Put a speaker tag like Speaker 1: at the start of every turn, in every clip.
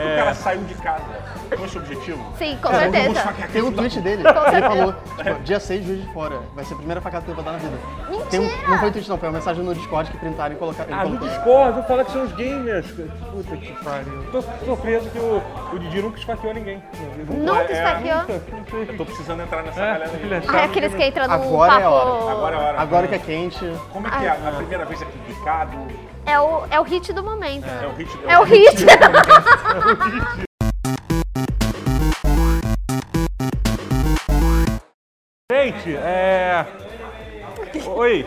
Speaker 1: ela saiu de casa. Com esse objetivo? é
Speaker 2: Sim, com
Speaker 1: Cara, É, eu não vou
Speaker 2: certeza.
Speaker 1: esfaquear
Speaker 3: Tem um
Speaker 1: filho da
Speaker 3: tweet dele,
Speaker 2: Com
Speaker 3: ele
Speaker 2: certeza.
Speaker 3: falou, tipo, dia 6, juiz de fora. Vai ser a primeira facada que eu vou dar na vida. Tem um,
Speaker 2: Mentira!
Speaker 3: não foi tweet não, foi uma mensagem no Discord que printaram e colocaram. ele
Speaker 1: Ah, no
Speaker 3: colocou.
Speaker 1: Discord, vou falar que são os gamers. Puta que pariu. Tô surpreso que o, o Didi nunca esfaqueou ninguém.
Speaker 4: um-
Speaker 2: Nunca esfaqueou?
Speaker 1: esfaqueou? Eu tô precisando entrar nessa
Speaker 4: É,
Speaker 1: galera
Speaker 4: filha,
Speaker 1: aí.
Speaker 2: Ah, é aqueles que entram no
Speaker 3: Agora
Speaker 2: papo.
Speaker 3: é a hora.
Speaker 1: um- Agora é a hora.
Speaker 3: Agora que é quente,
Speaker 1: Como é que
Speaker 2: Ah.
Speaker 1: é? A primeira vez é complicado?
Speaker 2: É o, é o hit do momento.
Speaker 1: É o hit
Speaker 2: É o hit.
Speaker 4: Gente, é. Oi.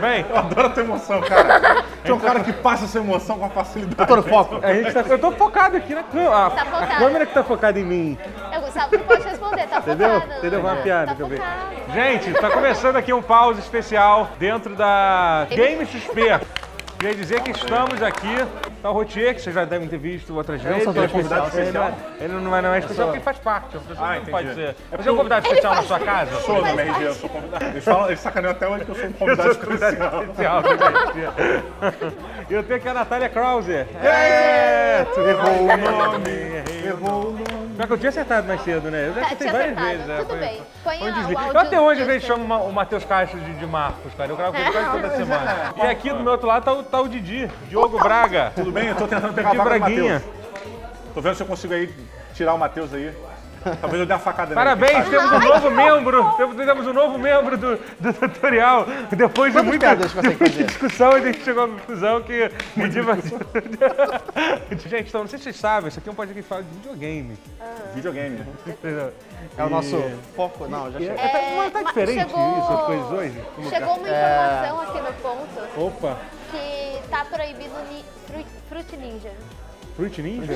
Speaker 4: Vem.
Speaker 1: Eu adoro a tua emoção, cara. Tu é um cara que passa essa emoção com a facilidade.
Speaker 3: tô no foco.
Speaker 4: A gente tá- eu tô focado aqui né? na câmera.
Speaker 2: Tá
Speaker 4: a
Speaker 2: focado.
Speaker 4: câmera que tá focada em mim.
Speaker 2: Eu Gustavo não pode responder, tá
Speaker 4: Entendeu?
Speaker 2: focado.
Speaker 4: Entendeu? Foi uma piada
Speaker 2: Tá
Speaker 4: que eu vi.
Speaker 2: focado.
Speaker 4: Gente, tá começando aqui um pause especial dentro da Game XP. Queria dizer que estamos aqui. Tá o Rotier, que vocês já devem ter visto outras vezes.
Speaker 3: sou
Speaker 4: Ele,
Speaker 3: convidado
Speaker 4: não é- ele não é, não é especial porque ele faz parte. Você
Speaker 1: Ah,
Speaker 4: não pode
Speaker 1: entendi.
Speaker 4: ser. Você é um convidado especial na sua casa?
Speaker 1: Eu sou do MRG, eu sou convidado. Eles, falam, eles sacaneiam até hoje que eu sou um
Speaker 4: Eu
Speaker 1: convidado
Speaker 4: sou convidado
Speaker 1: especial.
Speaker 4: especial. E eu tenho aqui a Natália Krause. É! tu
Speaker 1: Errou o nome.
Speaker 4: errei.
Speaker 1: Errou o nome.
Speaker 4: Só que eu tinha acertado mais cedo, né? Eu já
Speaker 2: Tá,
Speaker 4: acertei
Speaker 2: tinha
Speaker 4: várias
Speaker 2: acertado.
Speaker 4: vezes. né?
Speaker 2: Tudo
Speaker 4: Foi-
Speaker 2: bem. Põe
Speaker 4: foi um
Speaker 2: o
Speaker 4: desvio.
Speaker 2: áudio
Speaker 4: Eu até hoje
Speaker 2: do
Speaker 4: às vezes
Speaker 2: texto.
Speaker 4: chamo o Matheus Castro de, de Marcos, cara. Eu gravo com ele quase toda semana. E aqui do meu outro lado tá o, tá o Didi, Diogo Braga.
Speaker 1: Tudo bem? Eu tô tentando pegar a
Speaker 4: Didi
Speaker 1: vaga do
Speaker 4: Braguinha.
Speaker 1: Matheus. Tô vendo se eu consigo aí tirar o Matheus aí. Talvez eu dê uma facada nele.
Speaker 4: Parabéns,
Speaker 1: quem sabe?
Speaker 4: temos um novo membro. Temos, temos um novo membro do, do tutorial. Depois de
Speaker 3: Quantas
Speaker 4: muita,
Speaker 3: piadas você
Speaker 4: de
Speaker 3: consegue
Speaker 4: muita
Speaker 3: fazer?
Speaker 4: discussão, a gente chegou à conclusão que o Didi vai. Gente, então, não sei se vocês sabem, isso aqui é um podcast que fala de videogame.
Speaker 1: Videogame.
Speaker 4: Entendeu?
Speaker 3: é o nosso foco. Não, já chega.
Speaker 4: É, tá, mas tá
Speaker 2: mas
Speaker 4: diferente
Speaker 2: chegou-
Speaker 4: isso, as coisas hoje? Como tá?
Speaker 2: Chegou uma informação aqui no ponto
Speaker 4: Opa,
Speaker 2: que tá proibido ni... fru- Fruit Ninja.
Speaker 4: Fruit Ninja?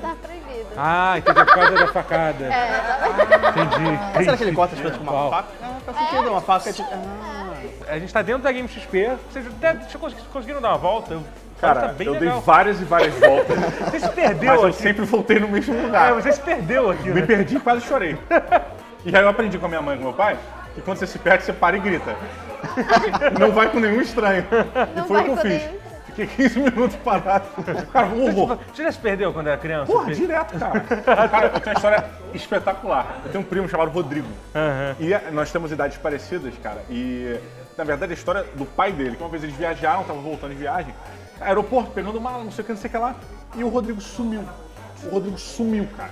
Speaker 2: tá proibido.
Speaker 4: Ah, entendi, a corda da facada. Entendi.
Speaker 3: Mas É. será que ele corta as coisas com uma
Speaker 4: Qual?
Speaker 3: faca? Ah, faz sentido, uma faca é tipo... Ah,
Speaker 4: A gente tá dentro da Game XP. Vocês até vocês cons- conseguiram dar uma volta? Eu-
Speaker 1: Cara,
Speaker 4: tá bem
Speaker 1: eu
Speaker 4: legal.
Speaker 1: dei várias e várias voltas,
Speaker 4: Você se
Speaker 1: mas
Speaker 4: perdeu
Speaker 1: eu
Speaker 4: aqui.
Speaker 1: sempre voltei no mesmo
Speaker 4: É,
Speaker 1: lugar.
Speaker 4: você se perdeu aqui,
Speaker 1: Me
Speaker 4: né?
Speaker 1: perdi e quase chorei. E aí eu aprendi com a minha mãe e com meu pai que quando você se perde, você para e grita. Não vai com nenhum estranho.
Speaker 2: Não
Speaker 1: e foi o
Speaker 2: vai
Speaker 1: que eu
Speaker 2: poder.
Speaker 1: fiz. Fiquei 15 minutos parado. Cara, um horror.
Speaker 4: Você já se perdeu quando era criança?
Speaker 1: Porra, direto, cara. Cara, eu tenho uma história espetacular. Eu tenho um primo chamado Rodrigo. E eh, nós temos idades parecidas, cara. E, na verdade, a história do pai dele, que uma vez eles viajaram, estavam voltando de viagem, aeroporto, pegando mala, não sei o que, não sei o que lá. E o Rodrigo sumiu. O Rodrigo sumiu, cara.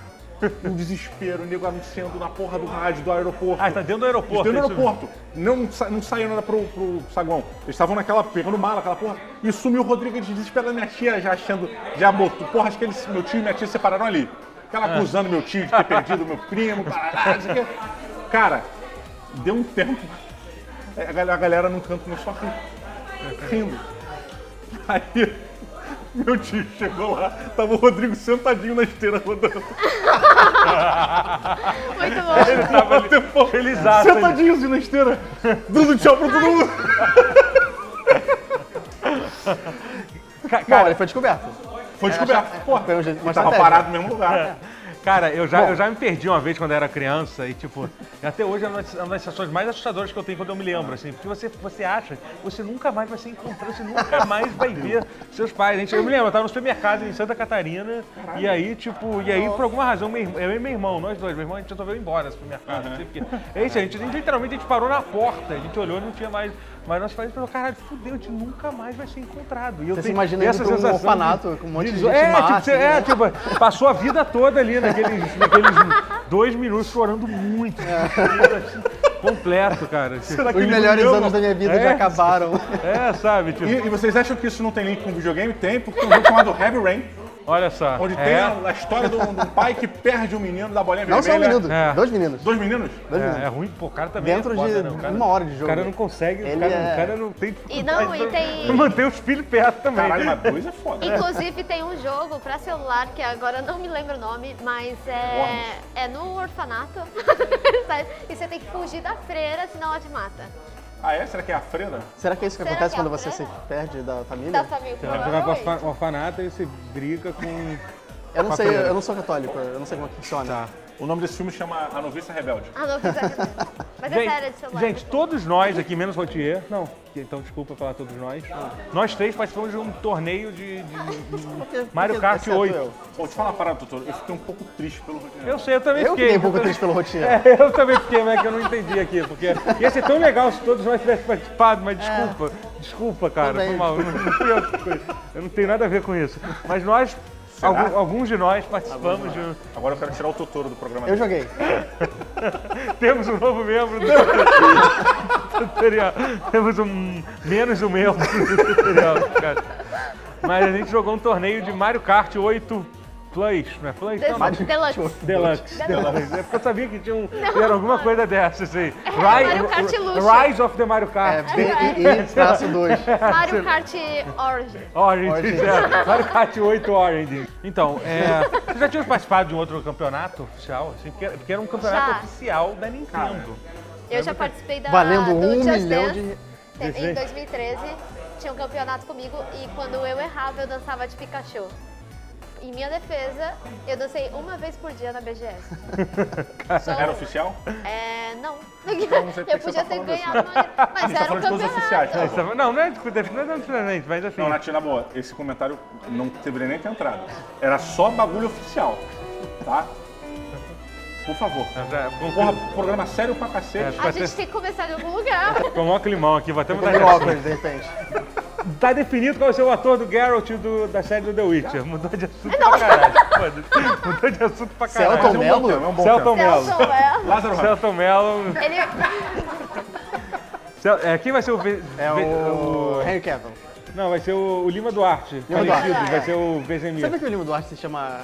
Speaker 1: Um desespero, o nego anunciando na porra do rádio do aeroporto.
Speaker 4: Ah, tá dentro do
Speaker 1: Eles
Speaker 4: aeroporto.
Speaker 1: dentro do
Speaker 4: isso mesmo.
Speaker 1: aeroporto. Não, sa- não saiu nada pro, pro saguão. Eles estavam naquela, pegando mala, aquela porra. E sumiu o Rodrigues desesperado. Minha tia já achando, já botou. Porra, acho que eles, meu tio e minha tia se separaram ali. Ela acusando meu tio de ter perdido meu primo, parará, não sei o quê. Cara, deu um tempo. É, A gal- a galera num canto começou a rir. Rindo. Aí, meu tio chegou lá, tava o Rodrigo sentadinho na esteira rodando.
Speaker 2: Muito bom.
Speaker 1: Tava um tempão.
Speaker 4: Felizaço. ele.
Speaker 1: Sentadinho assim na esteira, dando tchau pra todo mundo.
Speaker 4: Ca-
Speaker 3: Não,
Speaker 4: Cara,
Speaker 3: ele foi descoberto.
Speaker 2: É,
Speaker 1: Foi descoberto. Porra,
Speaker 3: foi um jeito
Speaker 1: mas
Speaker 3: mais
Speaker 1: tava
Speaker 3: estratégico.
Speaker 1: parado no mesmo lugar.
Speaker 4: Cara, eu já, eu já me perdi uma vez quando eu era criança e, tipo, até hoje é uma das, é uma das sensações mais assustadoras que eu tenho quando eu me lembro, assim. Porque você, você acha que você nunca mais vai se encontrar, você nunca mais vai ver seus pais. Gente, eu me lembro, eu tava no supermercado em Santa Catarina e aí, tipo, e aí, por alguma razão, meu irmão- eu e meu irmão, nós dois, meu irmão, a gente resolveu ir embora do supermercado, não sei por quê. É isso, a gente, a gente literalmente a gente parou na porta, a gente olhou e não tinha mais. Mas nós falamos, falou, caralho, fudeu, a gente nunca mais vai ser encontrado. E eu
Speaker 3: Você se
Speaker 4: tenho
Speaker 3: imagina
Speaker 4: essa
Speaker 3: indo pra um
Speaker 4: sensação de-
Speaker 3: orfanato com um monte de gente
Speaker 4: é,
Speaker 3: má,
Speaker 4: tipo, você-
Speaker 3: assim,
Speaker 4: é,
Speaker 3: né?
Speaker 4: Tipo, passou a vida toda ali naqueles, naqueles dois minutos chorando muito. assim,
Speaker 3: É.
Speaker 4: completo, cara.
Speaker 1: Será
Speaker 3: Os
Speaker 1: ele
Speaker 3: melhores
Speaker 1: morreu,
Speaker 3: anos da
Speaker 1: mano?
Speaker 3: minha vida
Speaker 4: É.
Speaker 3: já acabaram.
Speaker 4: É, sabe? Tipo,
Speaker 1: E, e vocês acham que isso não tem link com videogame? Tem, porque tem um jogo chamado Heavy Rain,
Speaker 4: olha só.
Speaker 1: onde
Speaker 4: é,
Speaker 1: tem a, a história de um, de um pai que perde um menino da bolinha
Speaker 3: Não só um
Speaker 1: vermelha.
Speaker 3: menino,
Speaker 4: É.
Speaker 3: dois meninos.
Speaker 1: Dois meninos?
Speaker 3: Dois
Speaker 4: é,
Speaker 3: meninos.
Speaker 4: é ruim, pô, o cara também.
Speaker 3: Dentro
Speaker 4: é foda,
Speaker 3: de
Speaker 4: né? O cara-
Speaker 3: uma hora de
Speaker 4: O
Speaker 3: jogo.
Speaker 4: cara não consegue, o
Speaker 3: Ele
Speaker 4: cara,
Speaker 3: é-
Speaker 4: o cara não tem.
Speaker 2: E não, e tem-
Speaker 4: Manter os filhos perto também.
Speaker 1: Caralho, mas dois é foda.
Speaker 2: Inclusive tem um jogo pra celular que agora eu não me lembro o nome, mas é, é no orfanato. sabe? e você tem que fugir da freira, senão ela te mata.
Speaker 1: Ah, é? Será que é a freira?
Speaker 3: Será que é isso que
Speaker 2: Será
Speaker 3: acontece
Speaker 2: que é a
Speaker 3: quando você se
Speaker 2: freira? Tá,
Speaker 3: perde da família?
Speaker 2: Da família.
Speaker 4: Você vai pro
Speaker 2: provavelmente.
Speaker 4: orfa- orfanato e você briga com.
Speaker 3: É Eu não sei,
Speaker 4: Papeira.
Speaker 3: eu não sou católico, eu não sei como é que funciona.
Speaker 4: Tá.
Speaker 1: O nome desse filme chama A Noviça Rebelde.
Speaker 2: Ah, não, fiz a cabeça. Mas é sério, de celular.
Speaker 4: gente, todos nós aqui, menos o Rotier, não, então desculpa falar todos nós, nós três participamos de um torneio de- de
Speaker 3: Porque-
Speaker 4: Mario
Speaker 3: porque-
Speaker 4: Kart
Speaker 3: exceto
Speaker 4: 8.
Speaker 3: Eu,
Speaker 1: Vou te falar uma parada, doutor. Eu fiquei um pouco triste pelo Rodrigo.
Speaker 4: Eu sei, eu também
Speaker 3: eu
Speaker 4: fiquei.
Speaker 3: fiquei um pouco triste pelo roteiro.
Speaker 4: É, eu também fiquei, mas é que eu não entendi aqui, porque ia ser tão legal se todos nós tivéssemos participado, mas desculpa, desculpa, cara,
Speaker 3: Tudo bem.
Speaker 4: foi mal, eu não, não fui eu que fui. Eu não tenho nada a ver com isso. Mas nós,
Speaker 1: Será?
Speaker 4: algum- alguns de nós participamos de um-
Speaker 1: Agora eu quero tirar o Totoro do programa.
Speaker 3: Eu joguei.
Speaker 4: Temos um novo membro do tutorial. Temos um menos um membro do tutorial, cara. Mas a gente jogou um torneio de Mario Kart 8 Plus, não é Plus? Não,
Speaker 2: Deluxe. Deluxe.
Speaker 4: Deluxe. Deluxe. É porque eu sabia que tinha um, era alguma coisa dessa, assim.
Speaker 2: É, Mario Kart Luxo.
Speaker 4: Rise of the Mario
Speaker 3: É,
Speaker 4: Kart.
Speaker 3: B- e traço 2.
Speaker 2: Mario Kart Origin.
Speaker 4: Orange,
Speaker 3: Orange.
Speaker 4: é. Mario Kart 8 Orange. Então, é, você já tinha participado de um outro campeonato oficial? Assim, porque, era- porque era um campeonato
Speaker 2: Já.
Speaker 4: oficial da Nintendo.
Speaker 2: Eu já participei da,
Speaker 3: Valendo
Speaker 2: do
Speaker 3: um
Speaker 2: Just
Speaker 3: milhão
Speaker 2: Dance.
Speaker 3: de.
Speaker 2: Teve-
Speaker 4: Desenho.
Speaker 2: Em 2013, tinha um campeonato comigo e quando eu errava, eu dançava de Pikachu. Em minha defesa, eu dancei uma vez por dia na BGS. Só
Speaker 1: Era
Speaker 2: uma.
Speaker 1: oficial?
Speaker 2: É, não.
Speaker 1: sei porque
Speaker 2: eu
Speaker 1: você
Speaker 2: podia
Speaker 1: tá
Speaker 2: ter
Speaker 1: falando
Speaker 2: ganhado, mas, mas
Speaker 1: tá
Speaker 2: era
Speaker 1: falando
Speaker 2: um
Speaker 1: de coisas
Speaker 2: campeonato.
Speaker 1: oficiais, né?
Speaker 4: Essa- Não, não é discutente, não é discutente, mas assim.
Speaker 1: Não, Nath, na boa, esse comentário não deveria nem ter entrado. Era só bagulho oficial, tá? Por favor.
Speaker 4: já- com-
Speaker 1: Porra, programa sério pra
Speaker 4: É,
Speaker 1: cacete.
Speaker 2: A gente tem que começar de algum lugar.
Speaker 4: Coloca o limão um aqui, vai até mudar
Speaker 3: Comprei
Speaker 4: de assunto.
Speaker 3: óculos, de repente.
Speaker 4: Tá definido qual é o seu ator do Geralt do- da série do The Witcher. Mudou de assunto pra caralho. foda-se. Mudou de assunto pra caralho.
Speaker 3: Celton
Speaker 1: É um bom tema, é
Speaker 3: Mello?
Speaker 1: um bom
Speaker 4: Celton
Speaker 1: tema.
Speaker 4: Mello.
Speaker 2: Celso
Speaker 4: É.
Speaker 2: Mello.
Speaker 1: Lázaro Ramos.
Speaker 4: Celton Mello.
Speaker 2: é. Ele
Speaker 4: Cel- é, quem vai ser o, ve-
Speaker 3: É
Speaker 4: ve-
Speaker 3: o Henry Cavill.
Speaker 4: Não, vai ser o, o Lima Duarte. Lima
Speaker 3: Duarte.
Speaker 4: Vai ser o Vezemir.
Speaker 3: Sabia que o Lima Duarte se chama.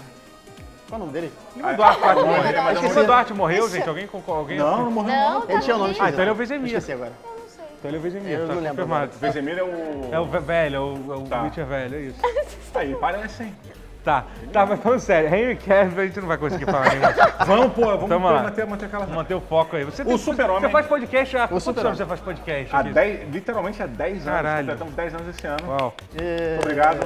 Speaker 3: Qual é o nome dele?
Speaker 4: Lima Duarte quase morreu.
Speaker 2: Duarte.
Speaker 4: Mas o Ah, Lima
Speaker 3: Esqueci.
Speaker 4: Duarte morreu, gente? Alguém com alguém? assim?
Speaker 1: Não, não morreu.
Speaker 2: não,
Speaker 3: Ele tinha o
Speaker 2: tá
Speaker 3: nome
Speaker 2: bonito.
Speaker 3: esquisito.
Speaker 4: Ah, então ele é o Vezemir.
Speaker 3: Esqueci agora.
Speaker 4: Então ele é o Vezemir,
Speaker 3: Eu
Speaker 4: tá
Speaker 3: não lembro
Speaker 4: confirmado.
Speaker 1: O Vezemir é o.
Speaker 4: É o ve- velho, é o, é o
Speaker 1: Tá.
Speaker 4: Witcher velho, é isso.
Speaker 1: Tá aí, parece, hein?
Speaker 4: Tá, tá, mas falando sério, Henry Cavill a gente não vai conseguir falar nenhuma.
Speaker 1: Vamos, pô, vamos
Speaker 4: Tamo lá.
Speaker 1: manter, manter aquela.
Speaker 4: Manter o foco aí. Você
Speaker 1: O Super-Homem.
Speaker 4: Você faz podcast há quantos
Speaker 3: Super-Homem.
Speaker 4: anos você faz podcast?
Speaker 1: Há
Speaker 4: Cris?
Speaker 1: 10, literalmente há 10 anos.
Speaker 4: Caralho.
Speaker 1: Completamos 10 anos esse ano.
Speaker 4: Uau.
Speaker 3: É,
Speaker 1: Obrigado.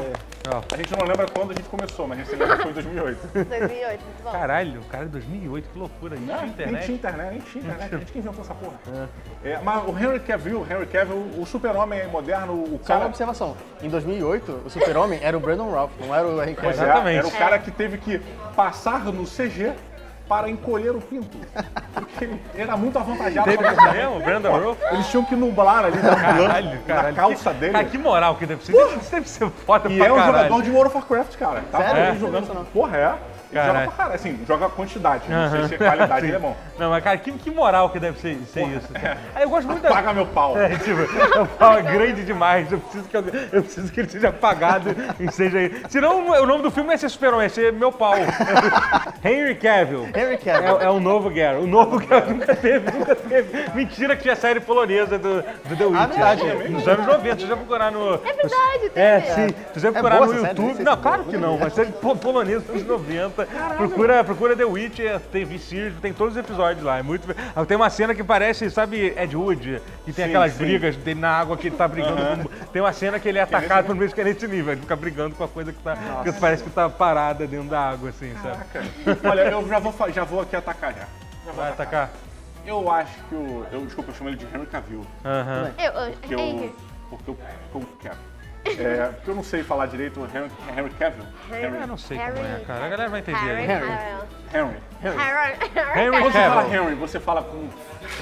Speaker 4: Ó.
Speaker 1: A gente não lembra quando a gente começou, mas a gente lembra que foi em 2008.
Speaker 2: 2008, muito bom.
Speaker 4: Caralho, cara, é 2008, que loucura. Não,
Speaker 1: Não, Nem tinha
Speaker 4: internet.
Speaker 1: internet, nem tinha internet. A gente que inventou essa porra. É, mas o Henry Cavill, Henry Cavill, o super-homem moderno, o
Speaker 3: É, Só uma
Speaker 1: cara...
Speaker 3: observação. Em 2008, o super-homem era o Brandon Ralph, não era o Henry
Speaker 1: Pois é,
Speaker 3: Cavill.
Speaker 4: Exatamente.
Speaker 1: Era o cara que teve que passar no CG para encolher o pinto. Porque ele era muito avantajado.
Speaker 4: Teve
Speaker 1: pra
Speaker 4: isso
Speaker 1: desenhar.
Speaker 4: É mesmo? Brandon Rowe?
Speaker 1: Eles tinham que nublar ali na,
Speaker 4: Caralho,
Speaker 1: na
Speaker 4: caralho.
Speaker 1: calça
Speaker 4: que,
Speaker 1: dele.
Speaker 4: Cara, que moral que deve ser. Isso deve ser foda
Speaker 1: E
Speaker 4: pra
Speaker 1: é um
Speaker 4: caralho.
Speaker 1: jogador de World of Warcraft, cara. Tá
Speaker 3: Sério?
Speaker 1: ali
Speaker 3: É.
Speaker 1: jogando.
Speaker 3: Não.
Speaker 1: Porra, é. Ele joga
Speaker 4: Caralho.
Speaker 1: pra caralho. Assim, joga a quantidade. Não sei
Speaker 4: Aham.
Speaker 1: se é qualidade,
Speaker 4: Sim.
Speaker 1: ele é bom.
Speaker 4: Não, mas cara, que, que moral que deve ser, ser isso. Cara. Ah, eu gosto muito da.
Speaker 1: Paga meu pau.
Speaker 4: É, tipo, eu falo, é grande demais, eu preciso, que eu, eu preciso que ele seja apagado e seja. Senão o nome do filme não ia ser Super-Homem, ia ser meu pau. Henry Cavill.
Speaker 3: Henry
Speaker 4: É,
Speaker 3: Cavill.
Speaker 4: é o novo Gary. O novo Gary nunca teve, nunca teve. Mentira que tinha série polonesa do, do
Speaker 1: Ah,
Speaker 4: The Witcher.
Speaker 1: é
Speaker 3: verdade.
Speaker 4: Nos anos 90, se você procurar no...
Speaker 2: É verdade, teve.
Speaker 4: É, sim. Se você procurar
Speaker 3: boa
Speaker 4: no
Speaker 3: essa série?
Speaker 4: YouTube...
Speaker 3: Nem sei
Speaker 4: não,
Speaker 3: se é
Speaker 4: claro
Speaker 3: boa.
Speaker 4: que não. Mas série po- polonesa dos anos 90. Procura, procura The Witcher, TV Series, tem todos os episódios lá. É muito... Ah, Tem uma cena que parece, sabe, Ed Wood? Que tem
Speaker 1: Sim,
Speaker 4: aquelas
Speaker 1: sim.
Speaker 4: brigas dele na água que ele tá brigando com... Tem uma cena que ele é atacado por meio que é nesse nível. Ele fica brigando com a coisa que tá... Que parece que tá parada dentro da água, assim, sabe?
Speaker 1: Caraca. Olha, eu já vou, fa- já vou aqui atacar já. Já vou
Speaker 4: Vai
Speaker 1: atacar.
Speaker 4: atacar?
Speaker 1: Eu acho que o. Eu, desculpa, eu chamo ele de Henry Cavill.
Speaker 4: Aham.
Speaker 2: Eu,
Speaker 1: Porque
Speaker 2: eu,
Speaker 1: eu.
Speaker 2: Henry.
Speaker 1: Porque eu, porque eu quero. É, porque eu não sei falar direito o Henry, é Henry Cavill.
Speaker 4: Eu
Speaker 1: Henry.
Speaker 4: não sei
Speaker 2: Harry.
Speaker 4: como é, cara. A galera vai entender
Speaker 2: Harry.
Speaker 4: aí.
Speaker 3: Harry.
Speaker 1: Henry.
Speaker 2: Harry.
Speaker 4: Henry
Speaker 1: Quando você fala
Speaker 4: Cavill.
Speaker 1: Henry, você fala com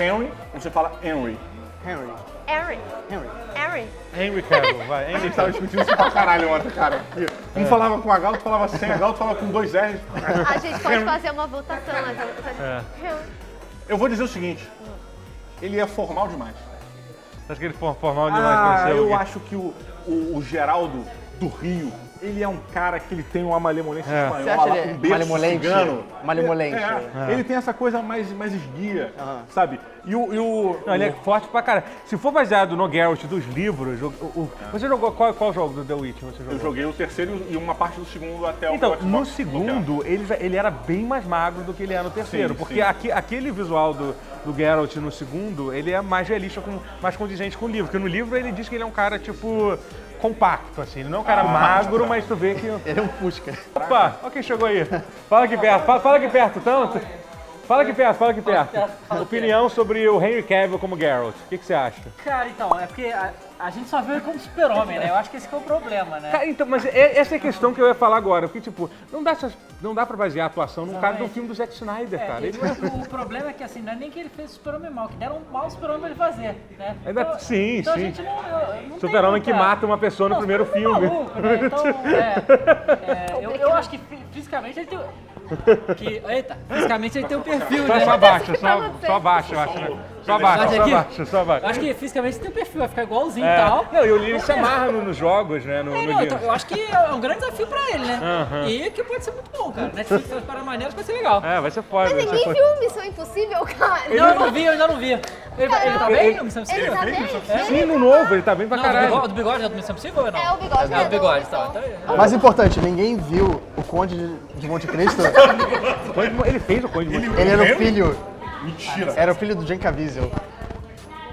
Speaker 1: Henry ou você fala Henry?
Speaker 3: Henry.
Speaker 2: Harry.
Speaker 3: Henry.
Speaker 2: Harry.
Speaker 4: Henry Cavill, vai.
Speaker 1: A
Speaker 4: Henry
Speaker 1: gente tava discutindo isso pra caralho ontem, cara. Um falava com H, outro falava sem H, outro falava com dois R's.
Speaker 2: A gente pode fazer uma votação. Mas eu... Harry.
Speaker 1: Eu vou dizer o seguinte: ele é formal demais.
Speaker 4: Você acha que ele for- formal demais pra você?
Speaker 1: Ah,
Speaker 4: é
Speaker 1: eu
Speaker 4: alguém?
Speaker 1: acho que o, o- o Geraldo do Rio, ele é um cara que ele tem uma malemolência
Speaker 4: É.
Speaker 3: Você acha
Speaker 1: espanhola,
Speaker 3: ele
Speaker 1: um berço
Speaker 3: malemolente?
Speaker 1: cigano.
Speaker 3: Malemolente.
Speaker 1: É, Ele tem essa coisa mais, mais esguia,
Speaker 3: Aham.
Speaker 1: sabe? E o. e o-
Speaker 4: Não, ele é forte pra caralho. Se for baseado no Geralt dos livros, o- o- o- você jogou qual, qual jogo do The Witch? Você jogou?
Speaker 1: Eu joguei o terceiro e uma parte do segundo até o
Speaker 4: Então,
Speaker 1: Xbox
Speaker 4: no
Speaker 1: One.
Speaker 4: segundo, ele, já- ele era bem mais magro do que ele é no terceiro.
Speaker 1: Sim,
Speaker 4: porque
Speaker 1: sim.
Speaker 4: aque- aquele visual do, do Geralt no segundo, ele é mais realista, com, mais condizente com o livro. Porque no livro ele diz que ele é um cara, tipo, compacto, assim. Ele não é um cara magro, mas tu vê que.
Speaker 3: Ele é um fusca.
Speaker 4: Opa, olha quem chegou aí. Fala aqui perto, fala, fala aqui perto, tanto. Fala aqui perto, fala aqui perto. Opinião sobre o Henry Cavill como Geralt. O que, que você acha?
Speaker 5: Cara, então, é porque a, a gente só viu ele como super-homem, né? Eu acho que esse que é o problema, né?
Speaker 4: Cara, então, mas é- essa é a questão que eu ia falar agora. Porque, tipo, não dá, essas- não dá pra basear a atuação num cara de um filme do Zack Snyder,
Speaker 5: É,
Speaker 4: cara.
Speaker 5: ele-
Speaker 4: Ele não é-
Speaker 5: o, o problema é que assim, não é nem que ele fez o super-homem mal, que deram um mal super-homem pra ele fazer, né?
Speaker 4: Ainda- sim,
Speaker 5: então
Speaker 4: sim.
Speaker 5: A gente não, eu- eu não tem
Speaker 4: Super-homem que
Speaker 5: muita-
Speaker 4: mata uma pessoa no
Speaker 5: Não,
Speaker 4: primeiro filme.
Speaker 5: super-homem é maluco, né? Então, é, é, eu, eu acho que fi- fisicamente ele tem. o- Que, eita, fisicamente ele tem o perfil,
Speaker 4: Só,
Speaker 5: né?
Speaker 4: só abaixa, só,
Speaker 2: acontecendo?
Speaker 4: só abaixa, eu acho. né? Só abaixa,
Speaker 5: Verdade
Speaker 4: só
Speaker 5: aqui?
Speaker 4: abaixa, só
Speaker 5: Eu
Speaker 4: abaixa.
Speaker 5: acho que fisicamente ele tem o perfil, vai ficar igualzinho e
Speaker 4: É.
Speaker 5: tal.
Speaker 4: Não, e o Lili se
Speaker 5: É.
Speaker 4: amarra no- nos jogos, né? No,
Speaker 5: É,
Speaker 4: no
Speaker 5: não,
Speaker 4: livro.
Speaker 5: então, eu acho que é um grande desafio pra ele, né? E que pode ser muito bom, cara. Netflix traz para maneiras vai ser legal.
Speaker 4: É, vai ser foda.
Speaker 2: Mas
Speaker 4: vai ser
Speaker 2: ninguém
Speaker 4: foda.
Speaker 2: viu o Missão Impossível, cara.
Speaker 5: Não, eu não vi, eu ainda não vi. Ele, vai- ele tá
Speaker 4: Ele-
Speaker 5: bem? no Missão
Speaker 2: tá- Ele
Speaker 5: Impossível?
Speaker 2: tá bem?
Speaker 4: Sim, no novo, ele tá bem pra
Speaker 5: Não, do bigode,
Speaker 4: caralho.
Speaker 5: do bigode é do Missão Impossível ou não?
Speaker 2: É o bigode,
Speaker 5: É o
Speaker 2: né,
Speaker 5: bigode,
Speaker 2: do
Speaker 5: tá.
Speaker 2: Missão.
Speaker 5: tá aí.
Speaker 3: Mais importante, ninguém viu o Conde de- de Monte Cristo.
Speaker 4: Conde Mo- Ele fez o Conde Monte.
Speaker 3: Ele era o
Speaker 1: Henry?
Speaker 3: filho.
Speaker 1: Mentira.
Speaker 3: Era o filho do Jane Caviezel.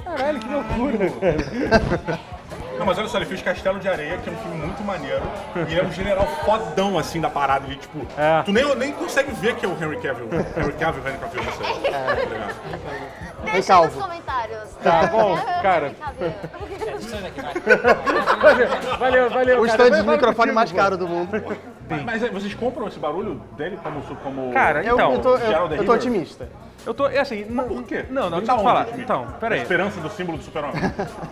Speaker 4: Caralho, que loucura.
Speaker 1: Não, mas olha só, ele fez Castelo de Areia, que é um filme muito maneiro. E ele é um general fodão, assim, da parada. E, tipo,
Speaker 4: É.
Speaker 1: tu nem, nem consegue ver que é o Henry Cavill. Henry Cavill, Henry Cavill, não sei.
Speaker 4: É.
Speaker 2: Deixa nos
Speaker 3: Recalvo.
Speaker 2: comentários.
Speaker 4: Tá bom, cara. Valeu, valeu.
Speaker 3: O
Speaker 4: cara.
Speaker 3: stand tá de
Speaker 4: Vai- vai
Speaker 3: microfone
Speaker 4: contigo,
Speaker 3: mais
Speaker 4: pô.
Speaker 3: caro do mundo.
Speaker 1: Mas, mas é, vocês compram esse barulho dele como... su- como...
Speaker 4: Cara,
Speaker 3: Eu, eu, tô,
Speaker 4: então,
Speaker 3: eu,
Speaker 1: Gerald
Speaker 3: eu tô
Speaker 1: Hibbert.
Speaker 3: otimista.
Speaker 4: eu tô, é assim, não,
Speaker 1: Por quê?
Speaker 4: Não, não,
Speaker 1: Vem da
Speaker 4: deixa eu te
Speaker 1: onde,
Speaker 4: falar.
Speaker 1: Jimmy?
Speaker 4: Então,
Speaker 1: A
Speaker 4: peraí.
Speaker 1: esperança do símbolo do super-homem.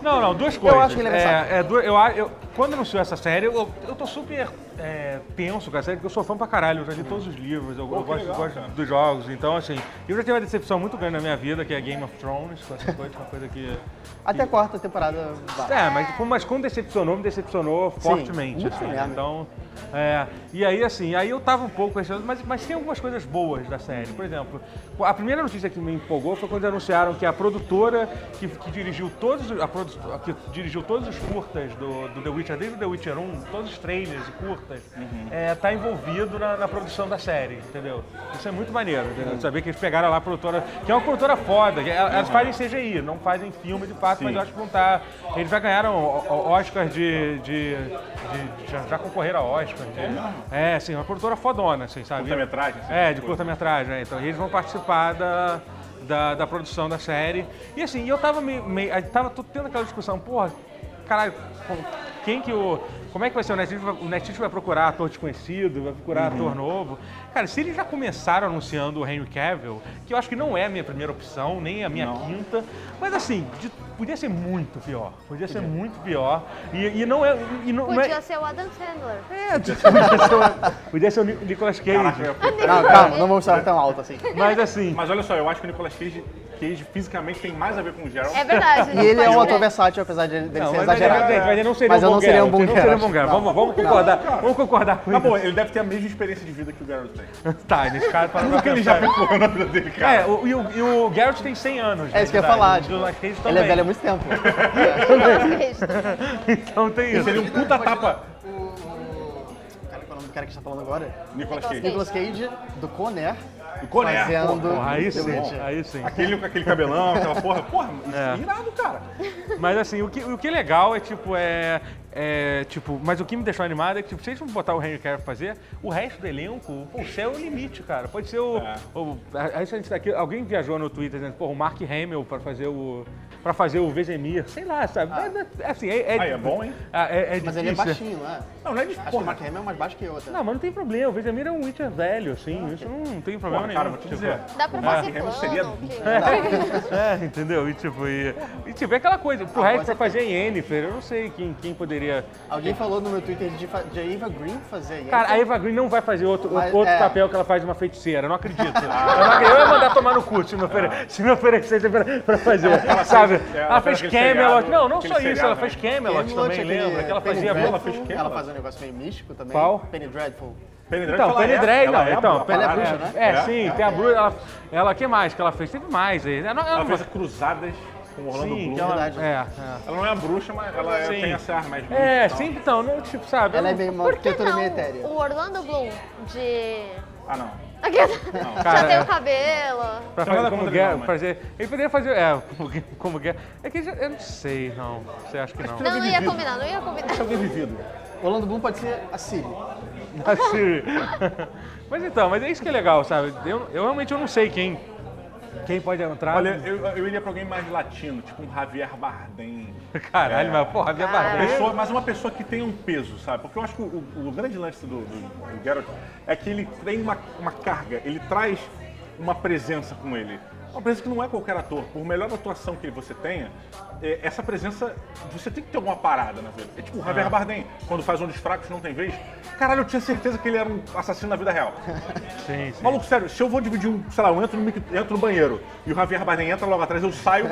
Speaker 4: Não, não, duas coisas.
Speaker 3: acho que ele é versátil.
Speaker 4: é, é, du- eu, a- eu- Quando anunciou essa série, eu, eu tô super é, tenso com a série, porque eu sou fã pra caralho. Eu já li todos os livros, eu, eu
Speaker 1: que
Speaker 4: gosto,
Speaker 1: legal,
Speaker 4: gosto
Speaker 1: cara.
Speaker 4: dos jogos. Então, assim, eu já tive uma decepção muito grande na minha vida, que é Game of Thrones, com essa coisa, uma coisa que...
Speaker 3: Até a quarta temporada vai.
Speaker 4: É, mas, tipo, mas quando decepcionou, me decepcionou fortemente.
Speaker 3: muito
Speaker 4: assim,
Speaker 3: merda.
Speaker 4: então, é, e aí, assim, aí eu tava um pouco questionando, mas, mas tem algumas coisas boas da série. Por exemplo, a primeira notícia que me empolgou foi quando anunciaram que a produtora que, que dirigiu todos os- a produ- que dirigiu todos os curtas do, do The Witcher, desde o The Witcher 1, todos os trailers e curtas, é, tá envolvido na, na produção da série, entendeu? Isso é muito maneiro, entendeu? Saber que eles pegaram lá a produtora, que é uma produtora foda, que ela- elas fazem CGI, não fazem filme de fato, mas eu acho que vão estar. Eles já ganharam o- o- Oscar de. de, de- já, já concorreram a Oscar. de- é, assim, uma produtora fodona, assim, sabe?
Speaker 1: Curta-metragem, assim,
Speaker 4: É, de
Speaker 1: coisa.
Speaker 4: curta-metragem. é. Então eles vão participar da. Da, da produção da série. E assim, eu tava meio. meio aí tava tô tendo aquela discussão, porra, caralho, como- quem que o. Como é que vai ser o Netflix? vai- O Netflix vai procurar ator desconhecido, vai procurar
Speaker 1: Uhum.
Speaker 4: ator novo. Cara, se eles já começaram anunciando o Henry Cavill, que eu acho que não é a minha primeira opção, nem a minha quinta, mas assim, de- podia ser muito pior. Podia ser muito pior. E, e não é. E não, não é-
Speaker 2: Podia ser o Adam Sandler.
Speaker 4: é, podia ser o- podia ser o Nic- Nicolas Cage.
Speaker 1: Caraca, eu-
Speaker 3: Não, calma, não vamos estar tão alto assim.
Speaker 4: Mas assim.
Speaker 1: Mas olha só, eu acho que o Nicolas Cage, Cage fisicamente tem mais a ver com o Gerald.
Speaker 2: É verdade.
Speaker 3: E ele é um ator versátil, apesar de dele
Speaker 4: Não,
Speaker 3: ser
Speaker 4: mas, mas, mas,
Speaker 3: é exagerado.
Speaker 4: mas ele não seria
Speaker 3: Mas
Speaker 4: um
Speaker 3: eu
Speaker 4: bom
Speaker 3: não seria um
Speaker 4: Geralt,
Speaker 3: bom
Speaker 4: ele não seria um
Speaker 3: Geralt.
Speaker 4: bom Geralt.
Speaker 3: Não.
Speaker 4: Vamos, vamos concordar.
Speaker 1: cara.
Speaker 4: vamos concordar com
Speaker 1: Tá
Speaker 4: isso.
Speaker 1: bom, ele deve ter a mesma experiência de vida que o Gerald tem.
Speaker 4: Tá, nesse caso, para
Speaker 1: Tudo que ele já ficou na vida dele, cara.
Speaker 4: É, o, e, o, e o Geralt tem 100 anos. né,
Speaker 3: É isso que eu ia falar. tipo, ele é velho há
Speaker 4: muito.
Speaker 3: muito tempo.
Speaker 2: verdadeiro.
Speaker 4: Então tem isso.
Speaker 1: Seria um puta tapa.
Speaker 3: Cara, qual é o nome do cara que está falando agora?
Speaker 1: Nicolas Cage.
Speaker 3: Nicolas Cage, do Conner,
Speaker 1: O Coné.
Speaker 3: fazendo...
Speaker 4: Porra, aí
Speaker 3: The
Speaker 4: sim,
Speaker 3: Witcher.
Speaker 4: aí sim.
Speaker 1: Aquele com aquele cabelão, aquela porra. Porra, isso é
Speaker 4: É.
Speaker 1: irado, cara.
Speaker 4: Mas assim, o que, o que é legal é tipo, é, é, tipo, mas o que me deixou animado é que tipo, se eles não botar o Henry Cavill pra fazer, o resto do elenco, pô, o céu é o limite, cara. Pode ser o,
Speaker 1: É.
Speaker 4: o- a, a gente tá aqui, alguém viajou no Twitter dizendo, pô, o Mark Hamill pra fazer o para fazer o Vesemir, sei lá, sabe? É, é, assim, é,
Speaker 1: Ah. Aí, é bom, hein?
Speaker 4: Ah, é- é
Speaker 3: Mas ele é
Speaker 4: difícil.
Speaker 3: baixinho, né?
Speaker 1: Não, não é difícil.
Speaker 3: Acho que o
Speaker 1: Porra,
Speaker 3: Mark Hamill é mais baixo que eu, até.
Speaker 4: Não, mas não tem problema. O Vesemir é um Witcher velho, assim. isso não tem problema
Speaker 1: Ah, porra,
Speaker 4: nenhum.
Speaker 1: cara, vou te
Speaker 4: tipo,
Speaker 1: dizer.
Speaker 2: Dá pra fazer
Speaker 1: Remo
Speaker 2: plano.
Speaker 1: é, seria-
Speaker 2: que-
Speaker 4: É, entendeu? E tipo, e, e tipo, é aquela coisa.
Speaker 3: Ah,
Speaker 4: Pro resto, pra fazer em Yennefer, eu não sei quem, quem poderia...
Speaker 3: Alguém falou no meu Twitter de, fa- de Eva Green fazer
Speaker 4: Cara, a
Speaker 3: Yennefer.
Speaker 4: Eva Green não vai fazer outro,
Speaker 3: é Mas,
Speaker 4: outro
Speaker 3: é.
Speaker 4: papel que ela faz de uma feiticeira, eu não acredito. eu, não acredito. Eu ia mandar tomar no cu se me, ofere... se me oferecesse pra, pra fazer,
Speaker 1: Ah. fez-
Speaker 4: sabe? Ela,
Speaker 1: ela
Speaker 4: fez
Speaker 1: fez aquele
Speaker 4: Camelot,
Speaker 1: seriado,
Speaker 4: não, não
Speaker 1: aquele
Speaker 4: só isso, ela
Speaker 1: seriado,
Speaker 4: fez
Speaker 1: né?
Speaker 4: Camelot
Speaker 3: Camelot,
Speaker 4: também,
Speaker 3: aquele
Speaker 4: lembra? Que ela
Speaker 3: Penny
Speaker 4: fazia...
Speaker 1: ela
Speaker 3: Dreadful,
Speaker 1: fez quem,
Speaker 3: Ela
Speaker 1: ela?
Speaker 3: fazia um negócio meio místico também.
Speaker 4: Qual?
Speaker 3: Penny Dreadful.
Speaker 1: Penny Dreadful,
Speaker 4: Então,
Speaker 1: ela
Speaker 4: Penny
Speaker 1: é-
Speaker 4: Drake,
Speaker 1: ela
Speaker 4: não,
Speaker 1: é
Speaker 4: então,
Speaker 1: uma
Speaker 4: Penny
Speaker 1: parada.
Speaker 3: bruxa, né?
Speaker 4: É,
Speaker 1: É,
Speaker 4: sim,
Speaker 1: é.
Speaker 4: tem a bruxa, ela, ela, que mais que ela fez? Teve mais aí, né? Não, ela
Speaker 1: Ela
Speaker 4: não-
Speaker 1: fez Cruzadas. com o Orlando
Speaker 4: Sim,
Speaker 1: Bloom.
Speaker 4: que ela,
Speaker 3: verdade.
Speaker 4: é, é.
Speaker 1: Ela não é uma bruxa, mas ela é-
Speaker 4: Sim.
Speaker 1: tem esse ar mais
Speaker 4: É,
Speaker 1: místico e
Speaker 4: sim,
Speaker 1: tal.
Speaker 4: então, né? Tipo, sabe?
Speaker 3: Ela é
Speaker 4: eu
Speaker 3: meio mal
Speaker 2: Por que
Speaker 3: porque eu tô meio etérea.
Speaker 2: não o Orlando Bloom de...
Speaker 1: Ah, não.
Speaker 2: Já
Speaker 4: cara,
Speaker 2: tem
Speaker 4: é.
Speaker 2: o cabelo.
Speaker 4: Pra
Speaker 1: Então
Speaker 4: fazer,
Speaker 1: ela
Speaker 4: como
Speaker 1: contra
Speaker 4: guerra,
Speaker 1: ele, não,
Speaker 4: fazer. Ele poderia fazer. É, como gue- como guerra. É que ele já- eu não sei, não. Você acha que não?
Speaker 2: Não, não ia
Speaker 1: indivíduo.
Speaker 2: combinar, não ia combinar.
Speaker 1: Esse é alguém vivido.
Speaker 3: Orlando Bloom pode ser a Siri.
Speaker 4: Assim. mas então, mas é isso que é legal, sabe? Eu, eu realmente eu não sei quem. Quem pode entrar.
Speaker 1: Olha, eu, eu iria pra alguém mais latino, tipo um Javier Bardem.
Speaker 4: Caralho,
Speaker 1: é.
Speaker 4: mas porra, minha
Speaker 1: Uma
Speaker 4: barriga.
Speaker 1: pessoa- mas uma pessoa que tem um peso, sabe? Porque eu acho que o, o- o grande lance do, do, do Geralt é que ele tem uma, uma carga, ele traz uma presença com ele. Uma presença que não é qualquer ator. Por melhor atuação que você tenha, é, essa presença, você tem que ter alguma parada na vida. É tipo o Javier Bardem, quando faz um dos fracos não tem vez. Caralho, eu tinha certeza que ele era um assassino na vida real.
Speaker 4: Sim, sim.
Speaker 1: Maluco, sério, se eu vou dividir um, sei lá, eu entro no, mic- entro no banheiro e o Javier Bardem entra logo atrás, eu saio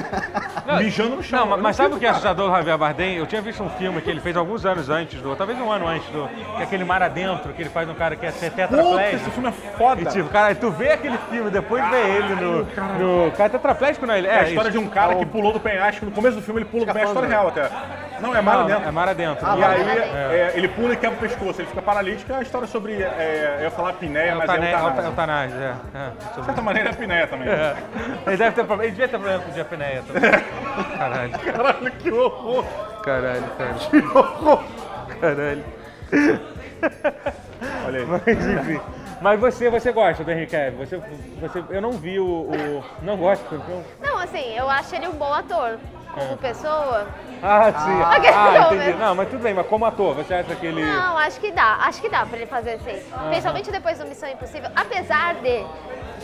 Speaker 1: mijando no chão.
Speaker 4: Não,
Speaker 1: Eu
Speaker 4: mas, mas sabe
Speaker 1: fico,
Speaker 4: o que é
Speaker 1: cara.
Speaker 4: assustador do Javier Bardem? Eu tinha visto um filme que ele fez alguns anos antes do, talvez um ano antes do, que é aquele Mar Adentro, que ele faz um cara que é ser
Speaker 1: Puta,
Speaker 4: tetraplégico.
Speaker 1: esse filme é foda.
Speaker 4: E tipo, cara, tu vê aquele filme, depois vê ele no, no... Cara, é tetraplégico, não? Ele, é,
Speaker 1: É a história de
Speaker 4: isso.
Speaker 1: um cara
Speaker 4: É o-
Speaker 1: que pulou do penhasco. No começo do filme ele pula do penhasco. É a história real
Speaker 4: falando, né?
Speaker 1: até. Não, é
Speaker 4: Não,
Speaker 1: Mara dentro.
Speaker 4: É Mar Adentro.
Speaker 1: E
Speaker 4: e aí...
Speaker 1: aí é, ele pula e quebra o pescoço. Ele fica paralítico. É a história sobre, é, eu ia falar pinéia,
Speaker 4: É o
Speaker 1: mas é
Speaker 4: Tanais,
Speaker 1: eutanásia.
Speaker 4: é. o- é o
Speaker 1: De
Speaker 4: Tanais, é, é, sobre-
Speaker 1: certa maneira é pinéia também.
Speaker 4: é. Ele deve ter problema, ele devia ter problema com diapneia também. Caralho,
Speaker 1: Caralho, que horror.
Speaker 4: caralho, cara. Caralho.
Speaker 1: Olha aí.
Speaker 4: Mas enfim. Mas você, você gosta do Henry Cavill? Você, você, eu não vi o, o- não gosto. Então...
Speaker 2: Não, assim, eu acho ele um bom ator.
Speaker 1: É.
Speaker 2: Como pessoa,
Speaker 4: Ah, sim.
Speaker 2: Ah, ok,
Speaker 4: Ah,
Speaker 2: não,
Speaker 4: entendi.
Speaker 2: mas-
Speaker 4: Não, mas tudo bem. Mas como ator, você acha que ele?
Speaker 2: não, acho que dá. Acho que dá pra ele fazer assim. Principalmente depois do Missão Impossível. Apesar de,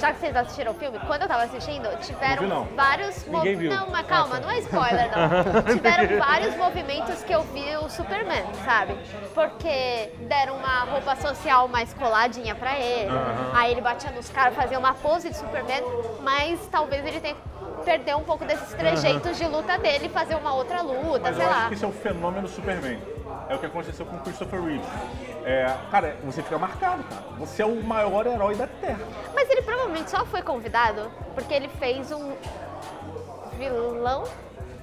Speaker 2: já que vocês assistiram o filme, quando eu tava assistindo, tiveram
Speaker 1: Não vi, não.
Speaker 2: vários
Speaker 4: Ninguém
Speaker 2: mov-
Speaker 4: viu.
Speaker 2: Não, mas calma, não é spoiler, não. tiveram vários movimentos que eu vi o Superman, sabe? Porque deram uma roupa social mais coladinha pra ele. Aí ele batia nos caras, fazia uma pose de Superman, mas talvez ele tenha que perder um pouco desses trejeitos de luta dele e fazer uma outra luta,
Speaker 1: Mas
Speaker 2: sei
Speaker 1: eu
Speaker 2: lá.
Speaker 1: acho que esse é o fenômeno Superman. É o que aconteceu com Christopher Reeve. É, cara, você fica marcado, cara. Você é o maior herói da Terra.
Speaker 2: Mas ele provavelmente só foi convidado porque ele fez um vilão?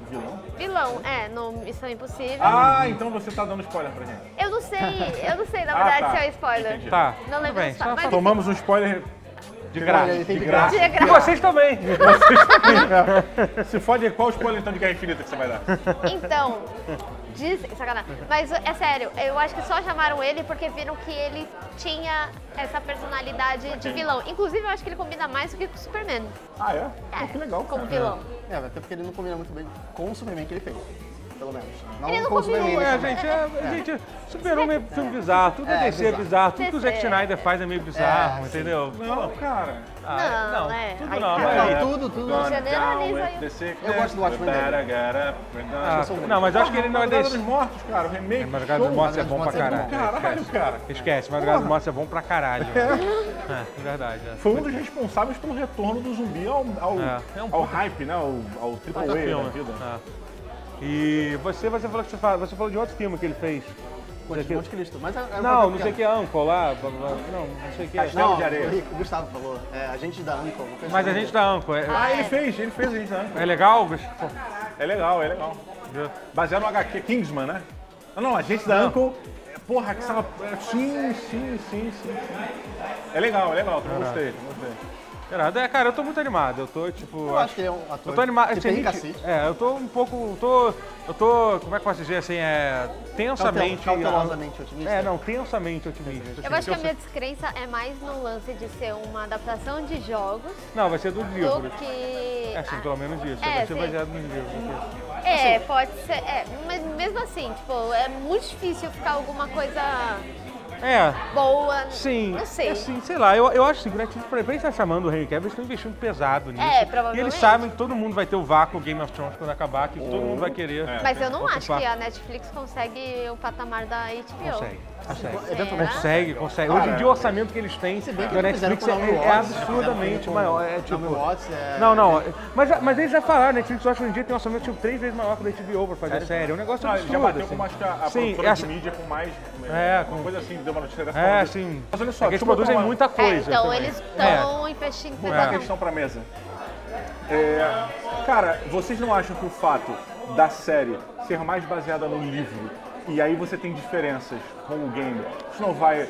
Speaker 1: Vilão.
Speaker 2: Vilão, é, no Missão Impossível.
Speaker 1: Ah, então você tá dando spoiler pra gente.
Speaker 2: Eu não sei, eu não sei, na
Speaker 1: Ah,
Speaker 2: verdade,
Speaker 1: tá.
Speaker 2: se é um spoiler.
Speaker 1: Entendi.
Speaker 4: Tá.
Speaker 2: Não lembro
Speaker 4: tudo bem.
Speaker 2: dos fatos,
Speaker 4: Só-
Speaker 2: mas-
Speaker 1: Tomamos um spoiler
Speaker 4: De graça.
Speaker 3: Ele tem
Speaker 1: de
Speaker 3: de
Speaker 1: graça.
Speaker 2: De
Speaker 4: E
Speaker 2: graça.
Speaker 4: vocês também.
Speaker 1: Se fode, qual spoiler então de Guerra Infinita que você vai dar?
Speaker 2: Então, dizem, sacanagem. Mas é sério, eu acho que só chamaram ele porque viram que ele tinha essa personalidade de
Speaker 1: Ok.
Speaker 2: vilão. Inclusive, eu acho que ele combina mais do que com o Superman.
Speaker 1: Ah, é? Pô, que legal.
Speaker 2: Como
Speaker 1: Cara.
Speaker 2: vilão.
Speaker 3: É, até porque ele não combina muito bem com o Superman que ele fez. Pelo menos.
Speaker 2: Ele não
Speaker 3: com o
Speaker 2: combina,
Speaker 3: Superman.
Speaker 4: É,
Speaker 3: né?
Speaker 4: gente, é, gente, Super-Homem é filme bizarro, tudo é,
Speaker 3: É,
Speaker 4: DC é
Speaker 3: bizarro.
Speaker 4: bizarro, tudo que o Zack
Speaker 2: DC.
Speaker 4: Schneider faz é meio bizarro, entendeu?
Speaker 1: Não, cara.
Speaker 4: Ah,
Speaker 2: Não, é.
Speaker 4: tudo
Speaker 2: Ai,
Speaker 4: não,
Speaker 2: cara.
Speaker 4: mas-
Speaker 3: Não, tudo, tudo.
Speaker 2: generaliza aí.
Speaker 3: Eu gosto do Watchmen
Speaker 4: Ah,
Speaker 1: Watchman.
Speaker 4: não, mas eu acho que ele não é
Speaker 1: Madrugada
Speaker 4: desse.
Speaker 1: dos Mortos, cara. O remake.
Speaker 4: Madrugada dos
Speaker 1: show.
Speaker 4: Mortos é bom pra caralho.
Speaker 1: Caralho, cara.
Speaker 4: Esquece, Madrugada dos Mortos é bom pra caralho. É, é verdade. É.
Speaker 1: Foi um dos responsáveis pelo retorno do zumbi ao, ao,
Speaker 4: É. É um
Speaker 1: ao
Speaker 4: puta-
Speaker 1: hype, né? Ao, ao triple
Speaker 4: Outro
Speaker 1: A da
Speaker 4: filme.
Speaker 1: vida.
Speaker 4: É. E você, você falou que você fala- você falou de outro filme que ele fez.
Speaker 3: Monte- Monte Cristo. Mas é- é um
Speaker 4: Não,
Speaker 3: papel
Speaker 4: não sei
Speaker 3: pequeno.
Speaker 4: o que é Uncle lá, blá, blá, não, não sei o que é.
Speaker 1: Castelo
Speaker 3: Não,
Speaker 1: de areia.
Speaker 3: o Rico, o Gustavo falou. É, a gente da Uncle. uma coisa
Speaker 4: Mas a
Speaker 3: assim.
Speaker 4: gente da Uncle, é,
Speaker 1: Ah, ele fez, ele fez a gente, né?
Speaker 4: é legal, Gustavo?
Speaker 1: É legal, é legal. Baseado no HQ Kingsman, né? Não, não, Agente da Uncle. é, Porra, que estava. Sim, sim, sim, sim, sim. É legal, é legal. Gostei, gostei.
Speaker 4: Irado. É, cara, eu tô muito animado, eu tô tipo...
Speaker 3: Eu acho que ele é um ator
Speaker 4: Eu tô animado.
Speaker 3: que
Speaker 4: assim,
Speaker 3: tem
Speaker 4: gente,
Speaker 3: cacete.
Speaker 4: é, eu tô um pouco. eu Tô, eu tô. Como é que eu posso dizer assim? É.
Speaker 3: Cautel-
Speaker 4: Tensamente.
Speaker 3: Cautelosamente otimista.
Speaker 4: É, não, tensamente otimista. assim,
Speaker 2: Eu acho que a
Speaker 4: porque
Speaker 2: minha descrença é mais no lance de ser uma adaptação de jogos
Speaker 4: sei- Não, vai ser dos
Speaker 2: do
Speaker 4: livros.
Speaker 2: que.
Speaker 4: É, assim, pelo menos isso.
Speaker 2: É,
Speaker 4: vai ser
Speaker 2: sim.
Speaker 4: baseado nos livros. assim. porque-
Speaker 2: É, pode ser. É, mas mesmo assim, tipo, é muito difícil ficar alguma coisa
Speaker 4: É,
Speaker 2: boa.
Speaker 4: sim.
Speaker 2: Não sei.
Speaker 4: É, assim, sei lá, eu, eu acho assim, né, tipo, pra pra quem tá chamando o Henry Cavill, eles estão investindo pesado nisso.
Speaker 2: É,
Speaker 4: E eles
Speaker 2: provavelmente.
Speaker 4: sabem que todo mundo vai ter o vácuo Game of Thrones quando acabar, que todo mundo vai querer.
Speaker 1: É.
Speaker 2: Mas eu não acho
Speaker 4: Ocupar.
Speaker 2: que a Netflix consegue o patamar da HBO.
Speaker 4: Consegue. Consegue.
Speaker 2: Será?
Speaker 4: Consegue, consegue. Hoje em dia o orçamento que eles têm
Speaker 3: bem que
Speaker 4: da
Speaker 3: eles fizeram
Speaker 4: Netflix
Speaker 3: com o
Speaker 4: é,
Speaker 3: Naomi
Speaker 4: é
Speaker 3: Watts, né?
Speaker 4: absurdamente
Speaker 3: Fizeram
Speaker 4: maior.
Speaker 3: com
Speaker 4: É, tipo,
Speaker 3: Naomi Watts, é-
Speaker 4: Não, não. Mas, mas eles já falaram, a Netflix, eu acho que hoje em dia tem um orçamento tipo três vezes maior que o da HBO pra fazer série. É um negócio
Speaker 1: Ah,
Speaker 4: absurdo.
Speaker 1: já bateu
Speaker 4: assim.
Speaker 1: com acho que a, a
Speaker 4: Sim,
Speaker 1: produtora
Speaker 4: essa,
Speaker 1: de mídia com mais.
Speaker 4: É,
Speaker 1: uma
Speaker 4: com-
Speaker 1: coisa assim, deu uma notícia dessa.
Speaker 4: É,
Speaker 1: falando-
Speaker 4: sim.
Speaker 1: Mas olha só,
Speaker 4: é que eles
Speaker 1: deixa eu botar
Speaker 4: produzem
Speaker 1: uma-
Speaker 4: muita
Speaker 2: É,
Speaker 4: coisa.
Speaker 2: então
Speaker 4: também. É.
Speaker 2: eles estão investindo
Speaker 1: Uma
Speaker 2: pesado.
Speaker 1: questão pra mesa. É, Cara, vocês não acham que o fato da série ser mais baseada no livro e aí você tem diferenças com o game, isso não vai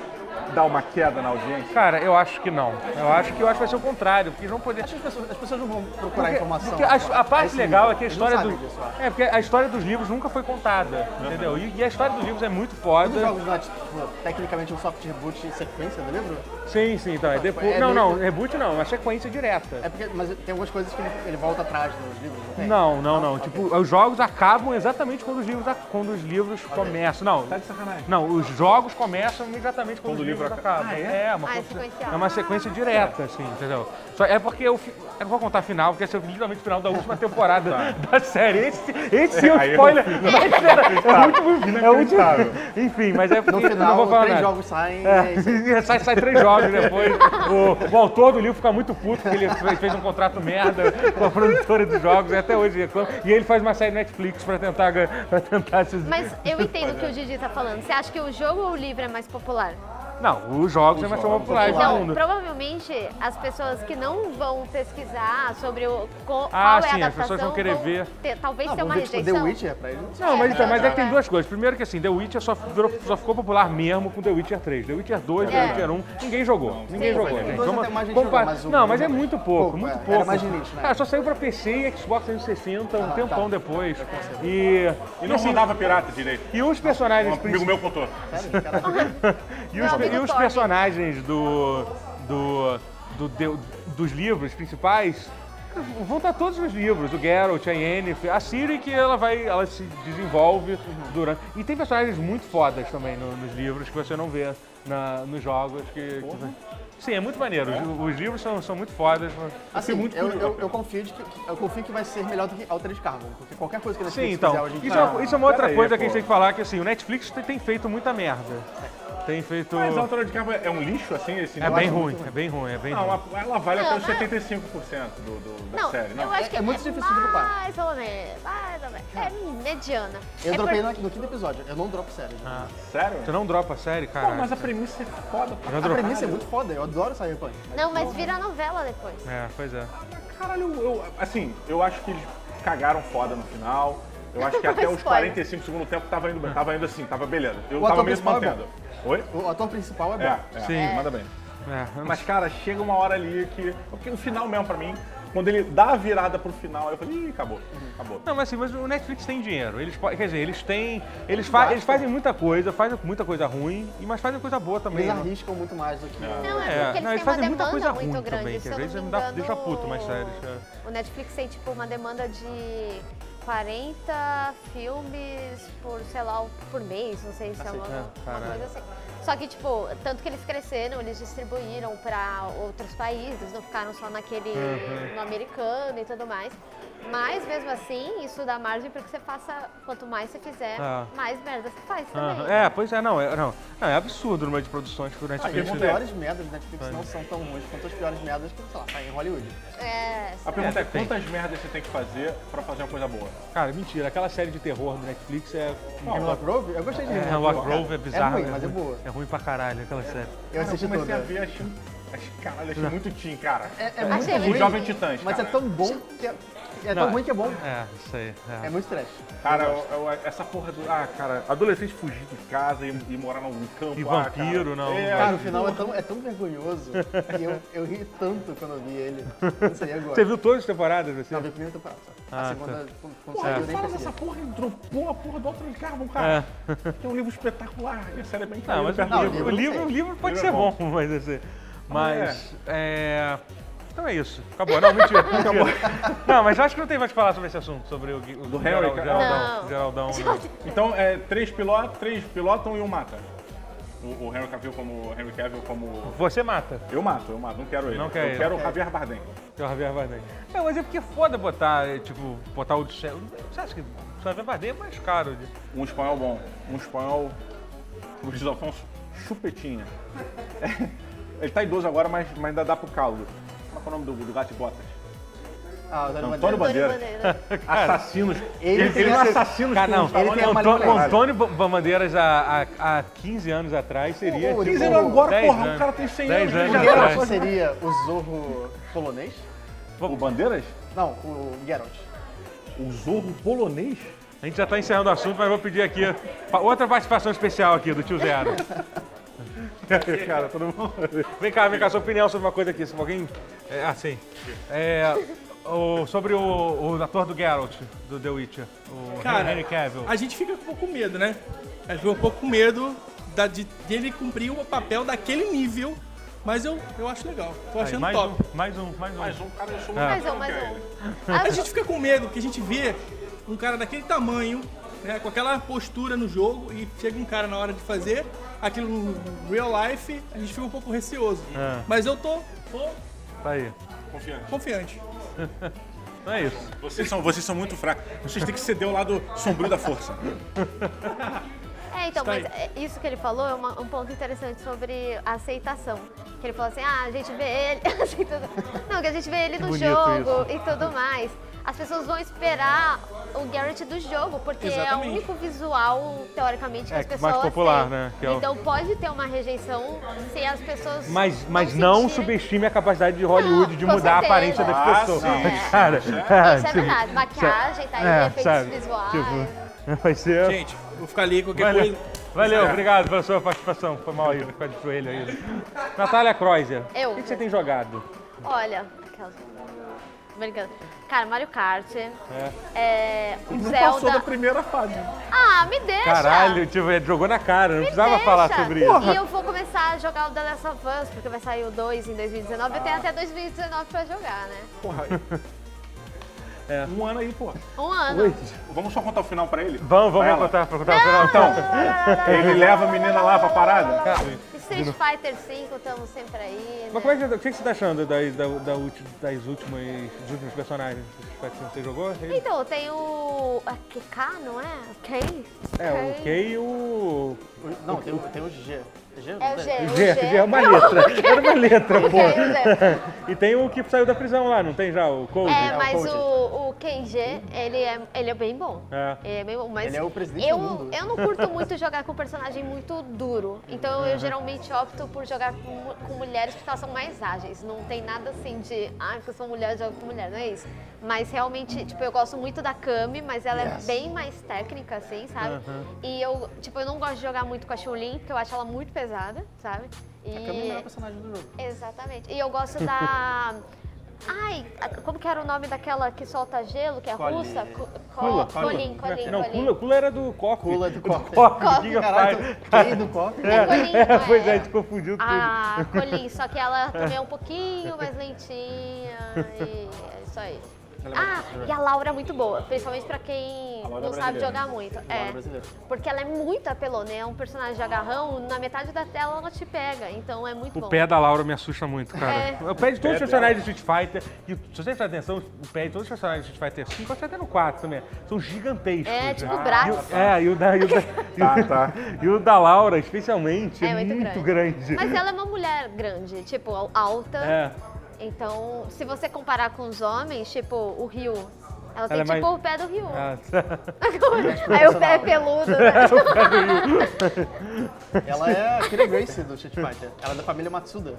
Speaker 1: dar uma queda na audiência?
Speaker 4: Cara, eu acho que não. Eu acho que eu acho que vai ser o contrário, porque não poder.
Speaker 3: Acho que as pessoas, as pessoas não vão procurar
Speaker 4: Porque-
Speaker 3: informação.
Speaker 4: porque a, a parte
Speaker 3: esse
Speaker 4: legal
Speaker 3: nível.
Speaker 4: é que a
Speaker 3: Eles não
Speaker 4: história
Speaker 3: sabem
Speaker 4: do-
Speaker 3: disso, eu acho.
Speaker 4: é porque a história dos livros nunca foi contada, entendeu? E, e a história dos livros é muito
Speaker 3: Todos
Speaker 4: foda.
Speaker 3: os jogos lá, tipo, tecnicamente um soft reboot em sequência do livro?
Speaker 4: Sim, sim, então é
Speaker 3: Tipo,
Speaker 4: depois.
Speaker 3: é
Speaker 4: não, não,
Speaker 3: meio-
Speaker 4: reboot não, é sequência direta.
Speaker 3: É porque, mas tem algumas coisas que ele, ele volta atrás nos livros, não tem?
Speaker 4: Não, não, não. Tipo, os jogos acabam exatamente quando os livros, ac- quando os livros começam. Não,
Speaker 1: Tá de sacanagem.
Speaker 4: Não, os jogos começam imediatamente quando, o livro acaba. é? uma
Speaker 2: Ah, é
Speaker 4: coisa-
Speaker 2: sequencial.
Speaker 4: é uma sequência direta, assim, entendeu? Só é porque eu, fi- eu não vou contar a final, porque esse é literalmente o final da última temporada da série. Esse, esse Tá. é o
Speaker 1: aí eu
Speaker 4: spoiler.
Speaker 1: fiz,
Speaker 4: Mas era- é o último. É o último.
Speaker 1: Inacreditável.
Speaker 4: Enfim, mas é porque
Speaker 3: No
Speaker 4: eu
Speaker 3: final,
Speaker 4: não vou falar
Speaker 3: três
Speaker 4: nada.
Speaker 3: jogos saem. é isso aí.
Speaker 4: É, sai, sai três jogos depois. O, o autor do livro fica muito puto porque ele fez, fez um contrato merda com a produtora dos jogos e até hoje reclama. E ele faz uma série Netflix pra tentar, gan- pra tentar se.
Speaker 2: Mas eu entendo o que o Didi tá falando. Você acha que o jogo ou o livro é mais popular?
Speaker 4: Não, os jogos é mais popular do
Speaker 2: Então,
Speaker 4: mundo.
Speaker 2: provavelmente, as pessoas que não vão pesquisar sobre o, co- qual
Speaker 4: Ah,
Speaker 2: é
Speaker 4: sim, as
Speaker 2: a adaptação
Speaker 4: pessoas vão querer ver.
Speaker 2: ter- talvez
Speaker 3: Não,
Speaker 2: ter uma
Speaker 3: vamos ver, tipo,
Speaker 2: rejeição.
Speaker 3: The Witcher pra ele.
Speaker 4: Não, mas então, mas é que tem
Speaker 2: É.
Speaker 4: duas coisas. Primeiro que assim, The Witcher só, virou- só ficou popular mesmo com The Witcher 3. The Witcher 2, The
Speaker 2: É.
Speaker 4: Witcher 1, ninguém jogou. ninguém
Speaker 2: sim,
Speaker 4: jogou,
Speaker 2: sim.
Speaker 4: gente.
Speaker 3: Dois até mais gente jogou,
Speaker 4: compara-
Speaker 3: mas o
Speaker 4: Não, mas é
Speaker 3: primeiro-
Speaker 4: muito pouco,
Speaker 3: Pouco,
Speaker 4: muito
Speaker 3: é. Era
Speaker 4: pouco.
Speaker 3: mais de nicho, né? Ah, tá.
Speaker 4: Cara, só saiu pra PC e Xbox 360 um tempão depois. E,
Speaker 1: E
Speaker 4: e,
Speaker 1: não
Speaker 4: assim,
Speaker 1: rodava pirata direito.
Speaker 4: e os personagens
Speaker 1: Um amigo
Speaker 4: principais.
Speaker 1: meu contou.
Speaker 3: Assim,
Speaker 4: E os,
Speaker 2: Meu amigo
Speaker 4: e os
Speaker 2: Tommy.
Speaker 4: personagens do. do. do- de- dos livros principais vão estar todos nos livros. O Geralt, a Yennefer, a Ciri que ela vai. ela se desenvolve
Speaker 1: Uhum.
Speaker 4: durante. E tem personagens muito fodas também no- nos livros que você não vê na, nos jogos que. que- Sim, é muito maneiro. Os, os livros são, são muito fodas. mas-
Speaker 3: Assim,
Speaker 1: Fiquei muito
Speaker 3: eu,
Speaker 1: curioso.
Speaker 3: eu, eu confio de que, que- eu confio que vai ser melhor do que Altered Carbon, porque qualquer coisa que a
Speaker 4: Sim,
Speaker 3: Netflix
Speaker 4: então.
Speaker 3: fizer hoje em
Speaker 4: Isso é
Speaker 3: dia...
Speaker 4: uma, isso é uma outra
Speaker 1: tá Pera aí,
Speaker 4: coisa que a
Speaker 1: pô.
Speaker 4: gente tem que falar, que assim, o Netflix tem, tem feito muita merda. Tem feito.
Speaker 1: É. Mas a altura de carro é um lixo assim? Esse
Speaker 4: É bem
Speaker 1: negócio?
Speaker 4: ruim, é bem ruim, é bem ruim.
Speaker 1: Não, ela- ela vale
Speaker 2: Não,
Speaker 1: até os
Speaker 2: mas-
Speaker 1: 75% do, do- da
Speaker 2: Não,
Speaker 1: série. Não.
Speaker 2: eu acho que
Speaker 3: É muito difícil de Tá.
Speaker 2: mais
Speaker 3: dropar.
Speaker 2: Mais ou menos, mais ou menos. É mediana.
Speaker 3: Eu
Speaker 2: é
Speaker 3: dropei
Speaker 2: por-
Speaker 3: no, no quinto episódio, eu não dropo série. gente.
Speaker 1: Sério?
Speaker 4: Você não dropa a série, cara.
Speaker 1: Pô, mas a premissa é foda. pra
Speaker 4: Já
Speaker 3: A
Speaker 4: dropou.
Speaker 3: premissa é muito foda, eu adoro Cyberpunk.
Speaker 2: Não, mas vira novela depois.
Speaker 4: É, pois é.
Speaker 1: Caralho, eu, assim, eu acho que eles cagaram foda no final. Eu acho que até os
Speaker 2: Spoiler.
Speaker 1: 45 segundos do tempo tava indo bem. Tava indo assim, tava beleza. Eu
Speaker 3: O
Speaker 1: tava
Speaker 3: ator
Speaker 1: mesmo
Speaker 3: principal é
Speaker 1: mantendo. Oi?
Speaker 3: O ator principal é bom.
Speaker 1: É, é.
Speaker 4: Sim. É.
Speaker 1: Manda bem.
Speaker 4: É, eu não
Speaker 1: Mas, cara, chega uma hora ali que. Porque o final mesmo pra mim, quando ele dá a virada pro final, eu falei, ih, acabou. Acabou.
Speaker 4: Não, mas assim, mas o Netflix tem dinheiro. Eles, po- quer dizer, eles têm. Eles, fa- eles fazem muita coisa, fazem muita coisa ruim, e- mas fazem coisa boa também.
Speaker 3: Eles
Speaker 4: né?
Speaker 3: arriscam muito mais do que...
Speaker 2: Não, é,
Speaker 4: É,
Speaker 2: porque eles
Speaker 4: não, eles
Speaker 2: têm uma
Speaker 4: fazem muita
Speaker 2: demanda
Speaker 4: coisa
Speaker 2: muito
Speaker 4: ruim
Speaker 2: grande.
Speaker 4: também,
Speaker 2: se
Speaker 4: que às
Speaker 2: eu
Speaker 4: vezes
Speaker 2: não
Speaker 4: me
Speaker 2: me
Speaker 4: dá-
Speaker 2: engano,
Speaker 4: deixa puto, mas sério, cara.
Speaker 2: O Netflix tem, tipo, uma demanda de 40 filmes por, sei lá, por mês, não sei se é uma,
Speaker 4: é,
Speaker 2: uma
Speaker 4: caralho.
Speaker 2: coisa assim. Só que, tipo, tanto que eles cresceram, eles distribuíram pra outros países, não ficaram só naquele,
Speaker 4: Uhum.
Speaker 2: no americano e tudo mais. Mas, mesmo assim, isso dá margem pra que você faça, quanto mais você fizer,
Speaker 4: Ah.
Speaker 2: mais merda você faz também.
Speaker 4: Aham. É, pois é, não, é, não. Não, é absurdo o número de produções que o
Speaker 3: Ah, e
Speaker 4: Netflix
Speaker 3: as
Speaker 1: pergunta
Speaker 4: tem.
Speaker 1: é-
Speaker 3: piores merdas da Netflix não são tão ruins quanto as piores merdas que, sei lá, saem em Hollywood.
Speaker 2: É,
Speaker 1: A pergunta é,
Speaker 4: tem.
Speaker 1: quantas merdas você tem que fazer pra fazer uma coisa boa?
Speaker 4: Cara, mentira, aquela série de terror do Netflix é.
Speaker 3: Hemlock Grove? Eu gostei de
Speaker 4: É,
Speaker 3: Hemlock
Speaker 4: Hemlock
Speaker 3: cara.
Speaker 4: Grove é bizarro.
Speaker 3: É ruim, mas é boa.
Speaker 4: É ruim pra caralho aquela série.
Speaker 3: Eu
Speaker 1: Cara, eu
Speaker 3: assisti
Speaker 1: comecei
Speaker 3: toda.
Speaker 1: a ver, achei, achei caralho, achei muito teen, cara.
Speaker 3: É, é muito
Speaker 2: Achei
Speaker 1: E
Speaker 3: ruim,
Speaker 2: ruim.
Speaker 1: Jovem Titãs,
Speaker 3: mas é
Speaker 1: cara.
Speaker 3: tão bom que é... É
Speaker 4: Não,
Speaker 3: tão ruim que é bom.
Speaker 4: É, isso aí.
Speaker 3: É
Speaker 4: É.
Speaker 3: muito trash.
Speaker 1: Cara, eu- eu- essa porra do. Ah, cara, adolescente fugir de casa e, e morar num campo.
Speaker 4: E
Speaker 1: ah, cara.
Speaker 4: vampiro, não.
Speaker 1: É,
Speaker 3: Cara, o final é tão, é tão vergonhoso que eu, eu ri tanto quando eu vi ele. Não sei agora.
Speaker 4: Você viu todas as temporadas? assim? Você?
Speaker 3: Não, vi a primeira temporada. só.
Speaker 4: Ah,
Speaker 3: a segunda, quando- quando
Speaker 1: Porra,
Speaker 3: saiu,
Speaker 1: ele
Speaker 3: eu nem
Speaker 1: fala
Speaker 3: percebi.
Speaker 1: dessa porra e dropou a porra do Altered Carbon,
Speaker 4: É.
Speaker 1: um cara. Tem um livro espetacular e a série é bem
Speaker 4: Não, mas o
Speaker 1: perto do
Speaker 3: Não,
Speaker 1: livro.
Speaker 4: livro, o
Speaker 3: não
Speaker 4: livro,
Speaker 3: sei.
Speaker 4: o livro pode
Speaker 1: Livro é
Speaker 4: ser bom, mas assim. Mas. É. Então é isso. Acabou. Não, mentira. Acabou. Não, mas acho que não tem mais o que falar sobre esse assunto, sobre o, Gui- o do
Speaker 1: Harry,
Speaker 4: Geraldão.
Speaker 1: cara.
Speaker 2: Não.
Speaker 4: Geraldão, né?
Speaker 1: Então, é, três pilotos, três pilotam e um mata. O, o Henry Cavill como. Henry Cavill como.
Speaker 4: Você mata,
Speaker 1: Eu mato, eu mato, não quero ele.
Speaker 4: Não quer
Speaker 1: eu
Speaker 4: ele.
Speaker 1: quero o Javier Bardem.
Speaker 4: que é o Javier Bardem. É, mas é porque é foda botar, é, tipo, botar o de céu. Você acha que o Javier Bardem é mais caro? de-
Speaker 1: Um espanhol bom. Um espanhol. Como diz o Alfonso, chupetinha. ele tá idoso agora, mas, mas ainda dá pro caldo. Como é que é o nome do, do gato e botas?
Speaker 3: Ah, o Antônio
Speaker 1: Antônio
Speaker 3: Bandeira.
Speaker 2: Antônio
Speaker 1: Bandeira.
Speaker 2: Bandeira.
Speaker 1: Assassinos.
Speaker 3: Ele
Speaker 1: Ele, ele
Speaker 3: tem
Speaker 1: é um
Speaker 3: essa-
Speaker 1: assassino
Speaker 4: Cara, não.
Speaker 1: com
Speaker 3: Ele tem
Speaker 1: Stallone.
Speaker 3: uma
Speaker 4: Antônio,
Speaker 3: maneira legal.
Speaker 4: Antônio Ba- Bandeiras há, há, há 15 anos atrás seria.
Speaker 3: Pô,
Speaker 4: tipo,
Speaker 3: ele
Speaker 1: Dizendo agora,
Speaker 4: 10
Speaker 1: porra,
Speaker 4: anos.
Speaker 1: o cara tem 100
Speaker 4: 10
Speaker 1: anos. ele
Speaker 4: anos
Speaker 1: já
Speaker 3: Bandeira
Speaker 1: era
Speaker 4: atrás.
Speaker 3: seria o Zorro polonês?
Speaker 1: O Bandeiras?
Speaker 3: Não, o Geralt.
Speaker 1: O Zorro polonês?
Speaker 4: A gente já está encerrando o assunto, mas vou pedir aqui pa- outra participação especial aqui do tio Zé Adam.
Speaker 1: Cara, todo mundo...
Speaker 4: Vem cá, vem cá, sua opinião sobre uma coisa aqui, se alguém... É, ah, sim. É, o- sobre o, o ator do Geralt, do The Witcher, o
Speaker 6: Cara,
Speaker 4: Henry Cavill.
Speaker 6: A gente fica um pouco com medo, né? A gente fica um pouco com medo da- de, dele cumprir o papel daquele nível, mas eu, eu acho legal. Tô
Speaker 4: Aí,
Speaker 6: achando
Speaker 4: mais,
Speaker 6: top.
Speaker 4: um, mais um, mais um,
Speaker 1: Mais um cara, eu sou
Speaker 2: Mais um, mais um.
Speaker 6: A gente fica com medo, porque a gente vê um cara daquele tamanho, né, com aquela postura no jogo, e chega um cara na hora de fazer aquilo no real life, a gente fica um pouco receoso.
Speaker 4: É.
Speaker 6: Mas eu tô, tô
Speaker 4: Tá aí.
Speaker 1: confiante.
Speaker 6: confiante.
Speaker 4: Então é isso.
Speaker 1: Vocês são, vocês são muito fracos. Vocês têm que ceder o lado sombrio da força.
Speaker 2: É, então,
Speaker 6: Está
Speaker 2: mas
Speaker 6: aí.
Speaker 2: é, isso que ele falou é uma- um ponto interessante sobre a aceitação. Que ele falou assim, ah, a gente vê ele, aceitando. Não, que a gente vê ele no
Speaker 4: bonito
Speaker 2: jogo e tudo mais. As pessoas vão esperar o Garrett do jogo, porque é o
Speaker 6: Exatamente.
Speaker 2: único visual, teoricamente, que
Speaker 4: É,
Speaker 2: as
Speaker 4: que mais
Speaker 2: pessoas
Speaker 4: popular,
Speaker 2: têm.
Speaker 4: né, que é o-
Speaker 2: Então pode ter uma rejeição se as pessoas
Speaker 4: Mas, mas não
Speaker 2: sentirem-
Speaker 4: subestime a capacidade de Hollywood
Speaker 2: é- Não,
Speaker 4: de
Speaker 2: com
Speaker 4: mudar a
Speaker 2: certeza.
Speaker 4: aparência das
Speaker 1: Ah,
Speaker 4: pessoas.
Speaker 1: sim.
Speaker 4: Cara,
Speaker 2: Isso é verdade, maquiagem, tá aí, efeitos visuais.
Speaker 4: é, Tipo, vai ser...
Speaker 6: Gente, vou ficar ali qualquer
Speaker 4: Valeu,
Speaker 6: coisa.
Speaker 4: valeu obrigado pela sua participação. Foi mal aí, ficou de joelho aí. Natália Kreuzer,
Speaker 2: Eu.
Speaker 4: o que que você tem jogado?
Speaker 2: Olha, aquelas... Brincando. Cara, Mario Kart, é. um
Speaker 1: Não passou da
Speaker 2: Zelda...
Speaker 1: primeira fase.
Speaker 2: Ah, me deixa!
Speaker 4: Caralho, tipo, ele jogou na cara, não precisava
Speaker 2: Deixa.
Speaker 4: falar sobre isso.
Speaker 2: E eu vou começar a jogar o The Last of Us, porque vai sair o 2 em 2019. Eu tenho até 2019 pra jogar, né?
Speaker 1: Porra.
Speaker 4: É.
Speaker 1: Um ano aí, porra.
Speaker 2: Um ano.
Speaker 1: Vamos só contar o final pra ele?
Speaker 4: Vamos,
Speaker 1: Pra
Speaker 4: vamos
Speaker 1: ela?
Speaker 4: contar pra contar o final. Então,
Speaker 1: Ele leva a menina lá pra parada?
Speaker 2: Street Fighter 5, estamos sempre aí. né?
Speaker 4: mas como é que, o que que você tá achando das, da, da ulti- das últimas, dos últimos personagens que você jogou?
Speaker 2: né? Então, tem o. A K, não é? O Ken?
Speaker 4: É, o Kay e o...
Speaker 3: O- Não, tem, o- tem o G. G?
Speaker 2: É o G. o
Speaker 4: G, G é uma letra, era uma letra,
Speaker 2: O Ken,
Speaker 4: pô.
Speaker 2: o G.
Speaker 4: E tem o que saiu da prisão lá, não tem já? O Cold?
Speaker 2: É, mas
Speaker 4: Cold.
Speaker 2: o, o KG, ele é, ele é bem bom.
Speaker 4: É.
Speaker 2: Ele é bem bom, mas
Speaker 3: Ele é o presidente
Speaker 2: eu,
Speaker 3: do mundo.
Speaker 2: eu não curto muito jogar com personagem muito duro. Então eu geralmente opto por jogar com, mu- com mulheres porque elas são mais ágeis. Não tem nada assim de, ah, porque eu sou mulher, eu jogo com mulher, não é isso? Mas realmente, tipo, eu gosto muito da Kami, mas ela é bem mais técnica, assim, sabe? E eu, tipo, eu não gosto de jogar muito com a Chulin, porque eu acho ela muito pesada, sabe? E...
Speaker 3: Que é o melhor personagem do jogo.
Speaker 2: Exatamente. E eu gosto da. Ai, a- como que era o nome daquela que solta gelo, que é
Speaker 3: Colin.
Speaker 2: russa? Co- co-
Speaker 4: Cula.
Speaker 2: Colin, Colin,
Speaker 4: Não,
Speaker 2: Colin.
Speaker 4: Cula, Cula era do Coco.
Speaker 1: é
Speaker 3: Cula do Coco.
Speaker 4: Coco,
Speaker 2: Coco.
Speaker 4: que que eu
Speaker 3: Caralho,
Speaker 4: faço?
Speaker 3: tu- quem do copo?
Speaker 2: É Colin,
Speaker 4: É, pois é, a
Speaker 2: é.
Speaker 4: gente confundiu tudo.
Speaker 2: A Colin, só que ela também é um pouquinho mais lentinha e é isso aí. Ah, e a Laura é muito boa, principalmente pra quem
Speaker 1: Laura é
Speaker 2: não sabe
Speaker 1: brasileira.
Speaker 2: jogar muito.
Speaker 3: Laura é
Speaker 2: É,
Speaker 3: brasileira.
Speaker 2: porque ela é muito apelona, é um personagem de agarrão, na metade da tela ela te pega, então é muito
Speaker 4: O
Speaker 2: bom.
Speaker 4: pé da Laura me assusta muito, cara.
Speaker 2: É.
Speaker 4: O pé de todos os personagens do Street Fighter, e se você prestar atenção, o pé de todos os personagens do Street Fighter 5, acho que até no 4 também, são gigantescos.
Speaker 2: É, tipo
Speaker 4: né?
Speaker 2: Brax.
Speaker 4: E o- É, e o da, e o da, e o-
Speaker 1: tá.
Speaker 4: e o da Laura, especialmente, é,
Speaker 2: É, muito
Speaker 4: muito grande.
Speaker 2: grande. Mas ela é uma mulher grande, tipo, al- alta.
Speaker 4: É.
Speaker 2: Então, se você comparar com os homens, tipo, o Rio. Ela tem
Speaker 4: Ela é mais-
Speaker 2: tipo o pé do Rio.
Speaker 4: Ah, tá.
Speaker 2: Aí o pé é peludo, né?
Speaker 3: Ela é aquele Grace do Street Fighter. Ela é da família Matsuda.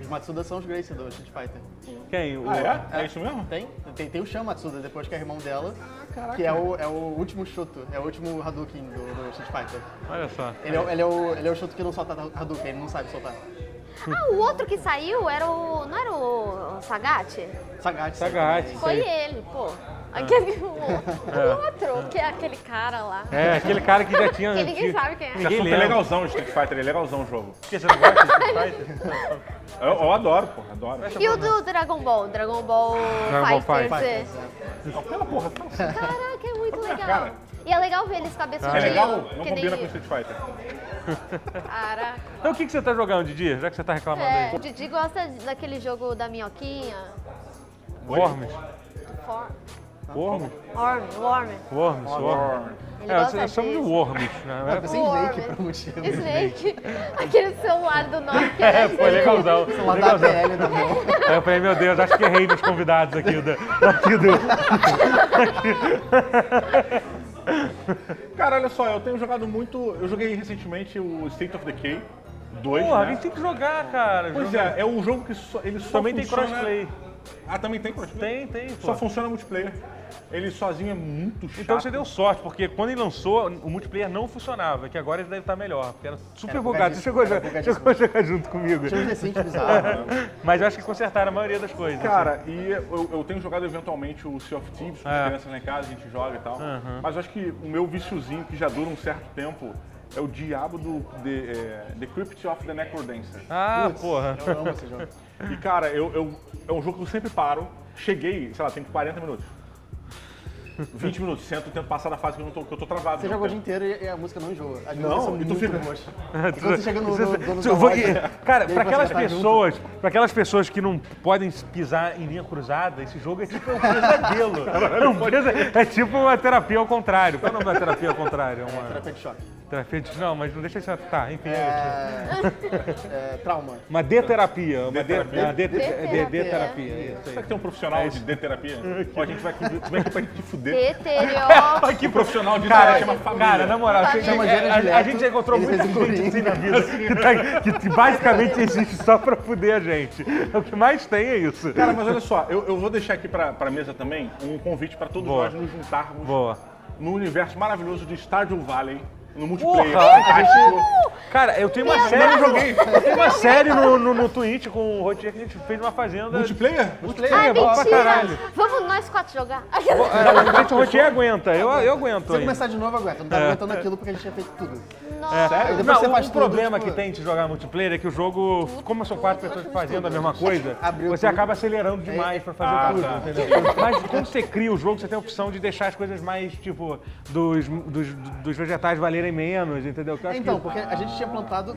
Speaker 3: Os Matsuda são os Grace do Street Fighter.
Speaker 4: Quem? O-
Speaker 1: Ah, é? É isso mesmo?
Speaker 3: Tem? Tem, tem o Shan Matsuda, depois que é irmão dela. Que é o, é o último chuto, é o último Hadouken do, do Street Fighter.
Speaker 4: Olha só.
Speaker 3: Ele é, o- ele, é o, ele é o chuto que não solta Hadouken, ele não sabe soltar.
Speaker 2: Ah, o outro que saiu era o. Não era o Sagat?
Speaker 3: Sagat.
Speaker 4: Sagat.
Speaker 2: Foi
Speaker 4: Sei.
Speaker 2: ele, pô. Aquele o outro, o outro, que é aquele cara lá.
Speaker 4: É, aquele cara que já tinha...
Speaker 2: Que ninguém sabe quem é.
Speaker 1: Esse
Speaker 4: Ninguém
Speaker 1: assunto é
Speaker 4: lembra.
Speaker 1: legalzão, o Street Fighter. É legalzão o jogo.
Speaker 4: Por que você não gosta de Street Fighter?
Speaker 1: Eu, eu adoro, porra. Adoro.
Speaker 2: E o do Dragon Ball, Dragon Ball
Speaker 4: Dragon Ball
Speaker 2: Fighter
Speaker 3: Fighters,
Speaker 2: Z.
Speaker 1: Não, Pela porra. fala sério.
Speaker 2: Caraca, é muito
Speaker 1: Olha a
Speaker 2: legal.
Speaker 1: cara.
Speaker 2: E é legal ver eles cabeçudinhos.
Speaker 1: É legal? Não
Speaker 2: que nem
Speaker 1: combina com o Street Fighter.
Speaker 2: Caraca.
Speaker 4: Então o que, que você tá jogando, Didi? Já que você tá reclamando
Speaker 2: É, o
Speaker 4: aí.
Speaker 2: Didi gosta daquele jogo da minhoquinha.
Speaker 4: Worms?
Speaker 2: For...
Speaker 4: Worms?
Speaker 2: Worm, Worm.
Speaker 4: Worms, Worms.
Speaker 2: Ele
Speaker 4: É,
Speaker 2: gosta
Speaker 4: eu chamo de
Speaker 2: disso.
Speaker 4: Worms, né?
Speaker 3: Você é Snake por um motivo.
Speaker 2: Snake. Aquele celular do Nokia.
Speaker 4: É, foi legalzão.
Speaker 3: Uma da
Speaker 4: legalzão.
Speaker 3: ATL na mão.
Speaker 4: Aí eu falei, meu Deus, acho que errei nos convidados aqui do. Aqui do...
Speaker 1: Cara, olha só, eu tenho jogado muito. Eu joguei recentemente o State of Decay 2.
Speaker 4: Porra, a
Speaker 1: né?
Speaker 4: gente tem que jogar, cara.
Speaker 1: Pois
Speaker 4: Jogo-
Speaker 1: é, é um jogo que só, ele só
Speaker 4: né? Também tem
Speaker 1: funciona-
Speaker 4: crossplay.
Speaker 1: Ah, também tem crossplay?
Speaker 4: Tem, tem, pô.
Speaker 1: Só funciona multiplayer. Ele sozinho é muito chato.
Speaker 4: Então você deu sorte, porque quando ele lançou, o multiplayer não funcionava, que agora ele deve estar melhor, porque era super
Speaker 3: Era
Speaker 4: bugado. Você
Speaker 3: bugadíssimo,
Speaker 4: chegou, a
Speaker 3: era
Speaker 4: jogar- chegou a jogar junto comigo.
Speaker 3: Tinha um recente bizarro.
Speaker 4: Mas eu acho que consertaram a maioria das coisas.
Speaker 1: Cara, Assim, e eu, eu tenho jogado eventualmente o Sea of Thieves com
Speaker 4: É.
Speaker 1: as crianças lá em casa, a gente joga e tal. Mas eu acho que o meu viciozinho, que já dura um certo tempo, é o diabo do The, é, the Crypt of the Necrodancer.
Speaker 4: assim. Ah, porra.
Speaker 3: Eu amo esse jogo.
Speaker 1: E cara, eu, eu- é um jogo que eu sempre paro, cheguei, sei lá, tem 40 minutos. 20 minutos, sento, tento passar da fase que eu, não tô, que eu tô travado.
Speaker 3: Você
Speaker 1: né?
Speaker 3: joga o dia inteiro e e a música não enjoa. As
Speaker 1: Não,
Speaker 3: músicas são
Speaker 1: e tu
Speaker 3: muito
Speaker 1: fica-
Speaker 3: boas. E quando você chega no, no, no,
Speaker 4: Eu vou- Cara,
Speaker 3: né? E aí
Speaker 4: pra
Speaker 3: você
Speaker 4: aquelas
Speaker 3: vai estar junto.
Speaker 4: pessoas, para aquelas pessoas que não podem pisar em linha cruzada, esse jogo é tipo um pesadelo. É, um pesa- é tipo uma terapia ao contrário. Qual é o nome da terapia ao contrário? É uma
Speaker 3: Terapia de choque.
Speaker 4: terapia de... Não, mas não deixa isso. Tá, enfim.
Speaker 3: É... é, Trauma.
Speaker 4: Uma D-terapia. Uma é
Speaker 1: D-terapia.
Speaker 4: D-terapia.
Speaker 2: D-terapia.
Speaker 1: Será que tem um profissional
Speaker 4: É
Speaker 1: de D-terapia? Ou a gente vai aqui, vem aqui é pra gente te
Speaker 2: É.
Speaker 1: fuder.
Speaker 2: Deterioro.
Speaker 1: Que profissional de
Speaker 4: Cara,
Speaker 1: terapia chama família.
Speaker 4: cara, na moral,
Speaker 2: Família.
Speaker 4: chega-
Speaker 2: Chama
Speaker 4: é,
Speaker 3: Jared
Speaker 4: a, a
Speaker 3: Leto,
Speaker 4: gente já encontrou
Speaker 3: ele
Speaker 4: muita
Speaker 3: fez o
Speaker 4: gente assim na vida que, tá- que t- basicamente existe só pra fuder a gente. O que mais tem é isso.
Speaker 1: Cara, mas olha só, eu, eu vou deixar aqui pra, pra mesa também um convite pra todos
Speaker 4: Boa.
Speaker 1: nós nos juntarmos
Speaker 4: Boa.
Speaker 1: no universo maravilhoso de Stardew Valley, no multiplayer.
Speaker 4: Porra!
Speaker 1: fantástico.
Speaker 4: Cara, eu tenho uma
Speaker 2: Meu
Speaker 4: série.
Speaker 2: Deus!
Speaker 4: Eu joguei. Eu tenho uma série no, no, no Twitch com o Rotier que a gente fez uma fazenda.
Speaker 1: Multiplayer?
Speaker 2: Ai,
Speaker 4: é bom pra caralho. Ah,
Speaker 2: mentira. Vamos nós quatro jogar.
Speaker 4: Realmente o Rotier aguenta. Eu, eu aguento.
Speaker 3: Se eu
Speaker 4: Aí.
Speaker 3: começar de novo, aguenta. Não tá aguentando aquilo porque a gente tinha feito tudo.
Speaker 2: Nossa.
Speaker 3: Aí depois
Speaker 4: É. Não,
Speaker 3: você
Speaker 4: o
Speaker 3: faz tudo,
Speaker 4: problema
Speaker 3: tipo,
Speaker 4: que tem de jogar multiplayer é que o jogo, como são quatro pessoas fazendo a mesma coisa,
Speaker 3: Abriu
Speaker 4: você
Speaker 3: tudo. É.
Speaker 4: acaba acelerando demais pra fazer
Speaker 1: Ah,
Speaker 4: tudo,
Speaker 1: tá.
Speaker 4: entendeu? Mas quando você cria o jogo, você tem a opção de deixar as coisas mais, tipo, dos, dos, dos vegetais valerem menos, entendeu? é Que eu acho
Speaker 3: Então,
Speaker 4: que-
Speaker 3: porque a gente tinha plantado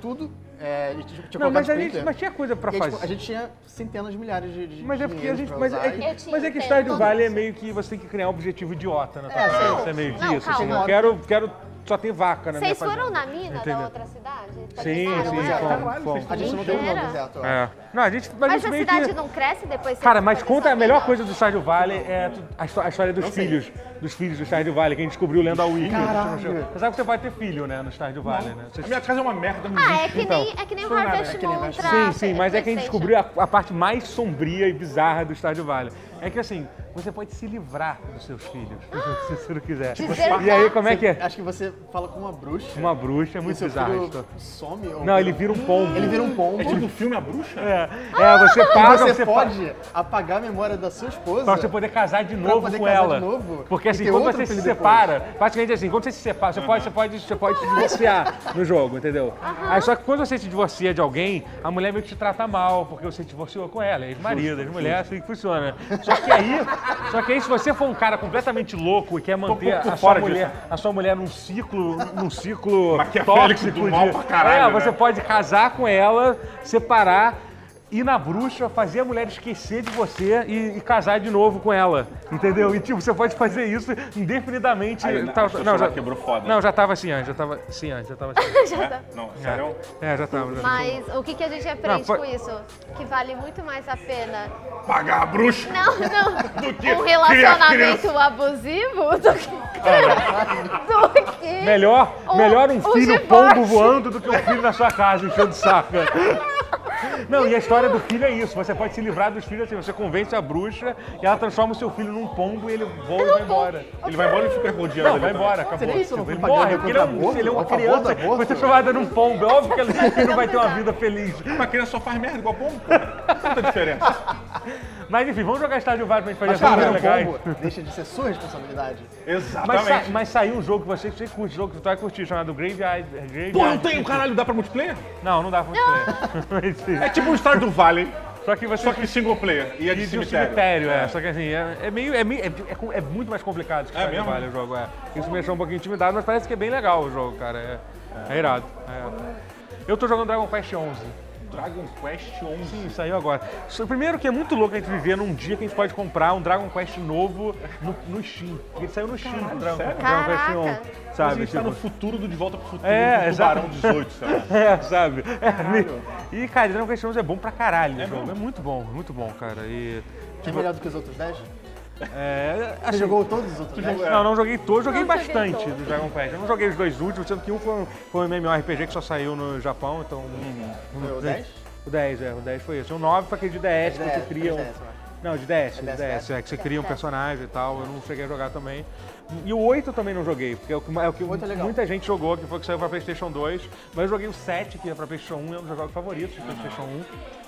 Speaker 3: tudo. É, a gente tinha
Speaker 4: Não,
Speaker 3: colocado
Speaker 4: mas, a
Speaker 3: tipo,
Speaker 4: gente,
Speaker 3: inteiro.
Speaker 4: mas tinha coisa pra
Speaker 3: E aí, tipo,
Speaker 4: fazer.
Speaker 3: a gente tinha centenas de milhares de, de
Speaker 4: Mas é porque a
Speaker 3: dinheiros
Speaker 4: gente.
Speaker 3: pra
Speaker 4: Mas é,
Speaker 3: usar e-
Speaker 4: que-
Speaker 2: Eu te
Speaker 4: mas é que
Speaker 2: entendo.
Speaker 4: Stardew Valley é meio que você tem que criar um objetivo idiota na tua
Speaker 3: É,
Speaker 4: cabeça.
Speaker 2: sim.
Speaker 4: É meio que
Speaker 2: Não,
Speaker 4: isso. Assim,
Speaker 2: calma.
Speaker 4: não quero, quero só ter vaca na minha
Speaker 2: Vocês foram
Speaker 4: fazenda.
Speaker 2: na mina
Speaker 4: Entendeu?
Speaker 2: da outra cidade?
Speaker 4: Sim,
Speaker 2: Vocês
Speaker 4: sim,
Speaker 2: visitaram ela?
Speaker 4: fomos, fomos.
Speaker 3: A gente não deu o nome
Speaker 2: Era?
Speaker 3: do deserto, ó.
Speaker 4: É. Não, a gente. Mas, a
Speaker 2: Mas
Speaker 4: gente
Speaker 2: a
Speaker 4: meio
Speaker 2: cidade
Speaker 4: que...
Speaker 2: não cresce depois? que
Speaker 4: Cara,
Speaker 2: você
Speaker 4: mas
Speaker 2: faz
Speaker 4: conta
Speaker 2: essa
Speaker 4: a melhor
Speaker 2: vida?
Speaker 4: coisa do Stardew Valley é tu- a, histó- a história dos filhos. Dos filhos do Stardew Valley, que a gente descobriu lendo a Wiki.
Speaker 3: Caralho.
Speaker 4: Você sabe que você vai ter filho, né, no Stardew Valley, né? Você-
Speaker 1: A minha casa é uma merda, não
Speaker 2: Ah, é
Speaker 1: existe.
Speaker 2: que
Speaker 4: Então,
Speaker 2: nem, é que nem o
Speaker 3: nada,
Speaker 2: Harvest
Speaker 3: é que nem
Speaker 2: Moon
Speaker 3: Harvest
Speaker 2: pra
Speaker 4: Sim, sim, mas é que a gente
Speaker 2: PlayStation.
Speaker 4: descobriu a, a parte mais sombria e bizarra do Stardew Valley. É que assim, você pode se livrar dos seus filhos,
Speaker 2: Ah!
Speaker 4: se você não quiser.
Speaker 2: Desertar.
Speaker 4: E aí, como é que é?
Speaker 3: Acho que você fala com uma bruxa.
Speaker 4: Uma bruxa, é
Speaker 3: e
Speaker 4: muito
Speaker 3: seu
Speaker 4: bizarro.
Speaker 3: filho
Speaker 4: isso.
Speaker 3: some ou...
Speaker 4: Não, ele vira um pombo.
Speaker 3: Ele vira um pombo.
Speaker 1: É tipo o filme A Bruxa?
Speaker 4: É, é, você paga,
Speaker 3: você,
Speaker 4: você paga-
Speaker 3: pode apagar a memória da sua esposa.
Speaker 4: Pra você poder casar de novo
Speaker 3: poder
Speaker 4: com
Speaker 3: casar
Speaker 4: ela.
Speaker 3: de novo
Speaker 4: Porque
Speaker 3: e
Speaker 4: assim,
Speaker 3: ter
Speaker 4: quando
Speaker 3: outro
Speaker 4: você se
Speaker 3: filho depois.
Speaker 4: separa, basicamente assim, quando você se separa, você, pode, você, pode, você pode se divorciar no jogo, entendeu? Aí só que quando você se divorcia de alguém, a mulher meio que te trata mal, porque você se divorciou com ela, é ex-marido, ex-mulher, assim que funciona. Só que aí, só que aí se você for um cara completamente louco e quer manter
Speaker 1: um pouco
Speaker 4: a sua,
Speaker 1: fora
Speaker 4: mulher, a sua mulher num ciclo, num ciclo
Speaker 1: Maquiavélico
Speaker 4: tóxico
Speaker 1: do mal
Speaker 4: de-
Speaker 1: pra caralho,
Speaker 4: É, você
Speaker 1: né?
Speaker 4: pode casar com ela, separar, ir na bruxa, fazer a mulher esquecer de você e, e casar de novo com ela. Entendeu? E tipo, você pode fazer isso indefinidamente.
Speaker 1: Aí, né,
Speaker 4: Tá-
Speaker 1: acho que o celular quebrou foda.
Speaker 4: Não, já tava assim antes, já tava assim antes, já tava assim.
Speaker 2: Já tá.
Speaker 1: Não, sério?
Speaker 4: É, já tava. Já tava.
Speaker 2: Mas o que, que a gente aprende
Speaker 4: Não, foi-
Speaker 2: com isso? Que vale muito mais a pena.
Speaker 1: Pagar a bruxa!
Speaker 2: Não, não.
Speaker 1: Do que
Speaker 2: um
Speaker 1: criar
Speaker 2: relacionamento
Speaker 1: criança.
Speaker 2: abusivo do que. do que.
Speaker 4: Ah, Melhor,
Speaker 2: Um-
Speaker 4: melhor um
Speaker 2: um
Speaker 4: filho
Speaker 2: divórcio.
Speaker 4: pombo voando do que um filho na sua casa, enchendo o saco. Não, e a história do filho é isso. Você pode se livrar dos filhos assim. Você convence a bruxa e ela transforma o seu filho num pombo e ele voa e vai embora.
Speaker 1: Ele vai embora e fica rodeando
Speaker 4: Não,
Speaker 1: ali
Speaker 4: vai
Speaker 1: também.
Speaker 4: embora, acabou.
Speaker 3: Seria isso uma
Speaker 4: ele
Speaker 3: propaganda
Speaker 4: morre, porque ele é, um,
Speaker 3: contra
Speaker 4: ele é uma
Speaker 3: aborto? A
Speaker 4: criança
Speaker 3: favor do aborto?
Speaker 4: foi transformada num pombo. É óbvio que ele não vai ter uma vida feliz.
Speaker 1: Uma criança só faz merda igual pombo. Tanta diferença.
Speaker 4: Mas enfim, vamos jogar Estádio Vale pra gente fazer
Speaker 3: Mas
Speaker 4: as coisas
Speaker 3: cara, um
Speaker 4: legais.
Speaker 3: pombo deixa de ser sua responsabilidade.
Speaker 4: Mas, sa
Speaker 1: Exatamente.
Speaker 4: mas saiu um jogo que você, você curte, jogo que tu vai curtir, chamado Graveyard. Graveyard.
Speaker 1: Pô, não tem o caralho, dá pra multiplayer?
Speaker 4: Não, não dá pra você. Enfim.
Speaker 1: É tipo o Star do Valley,
Speaker 4: Só que você
Speaker 1: só que single player. E é de
Speaker 4: Existe um
Speaker 1: cemitério.
Speaker 4: cemitério, é. Só que assim, é, é meio. É, meio- é- é com- é muito mais complicado que
Speaker 1: É
Speaker 4: Stardew
Speaker 1: mesmo?
Speaker 4: Valley o jogo, é. Isso me deixou um pouquinho intimidado, mas parece que é bem legal o jogo, cara. É, é. irado. é. Eu tô jogando Dragon Quest 11.
Speaker 1: Dragon Quest 11.
Speaker 4: Sim, saiu agora. So- Primeiro que é muito louco a gente viver num dia que a gente pode comprar um Dragon Quest novo no, no Steam. Porque ele saiu no Steam, Dragon,
Speaker 1: sério?
Speaker 4: Dragon Quest
Speaker 2: Caraca.
Speaker 4: 11.
Speaker 1: A
Speaker 4: Sabe?
Speaker 1: gente tá
Speaker 4: tipo-
Speaker 1: no futuro do De Volta pro Futuro
Speaker 4: É,
Speaker 1: do
Speaker 4: exato.
Speaker 1: Tubarão 18, sei lá.
Speaker 4: É, sabe? É, meio- e, cara, Dragon Quest 11 é bom pra caralho. o jogo.
Speaker 1: mesmo?
Speaker 4: é muito bom, muito bom, cara. E.
Speaker 3: É
Speaker 4: Tipo,
Speaker 3: melhor do que os outros 10?
Speaker 4: É,
Speaker 3: Você jogou todos os outros 10?
Speaker 4: Não, não joguei todos, joguei
Speaker 2: Não joguei
Speaker 4: bastante
Speaker 2: todos.
Speaker 4: do Dragon Quest. Eu não joguei os dois últimos, sendo que um foi um, foi um MMORPG que só saiu no Japão, então.
Speaker 3: Foi o 10?
Speaker 4: O 10, é, o 10 foi esse. O 9 foi aquele de DS que você
Speaker 3: DS,
Speaker 4: cria. um-
Speaker 3: é DS, eu acho.
Speaker 4: Não, de DS, de
Speaker 3: DS,
Speaker 4: DS, é que você
Speaker 2: DS,
Speaker 4: cria um
Speaker 2: DS.
Speaker 4: personagem e tal. Eu não cheguei a jogar também. E o 8 eu também não joguei, porque é o que, é o que
Speaker 3: Oito é legal.
Speaker 4: muita gente jogou, que foi o que saiu pra PlayStation 2. Mas eu joguei o 7, que é pra PlayStation 1, é um dos meus jogos favoritos de PlayStation 1.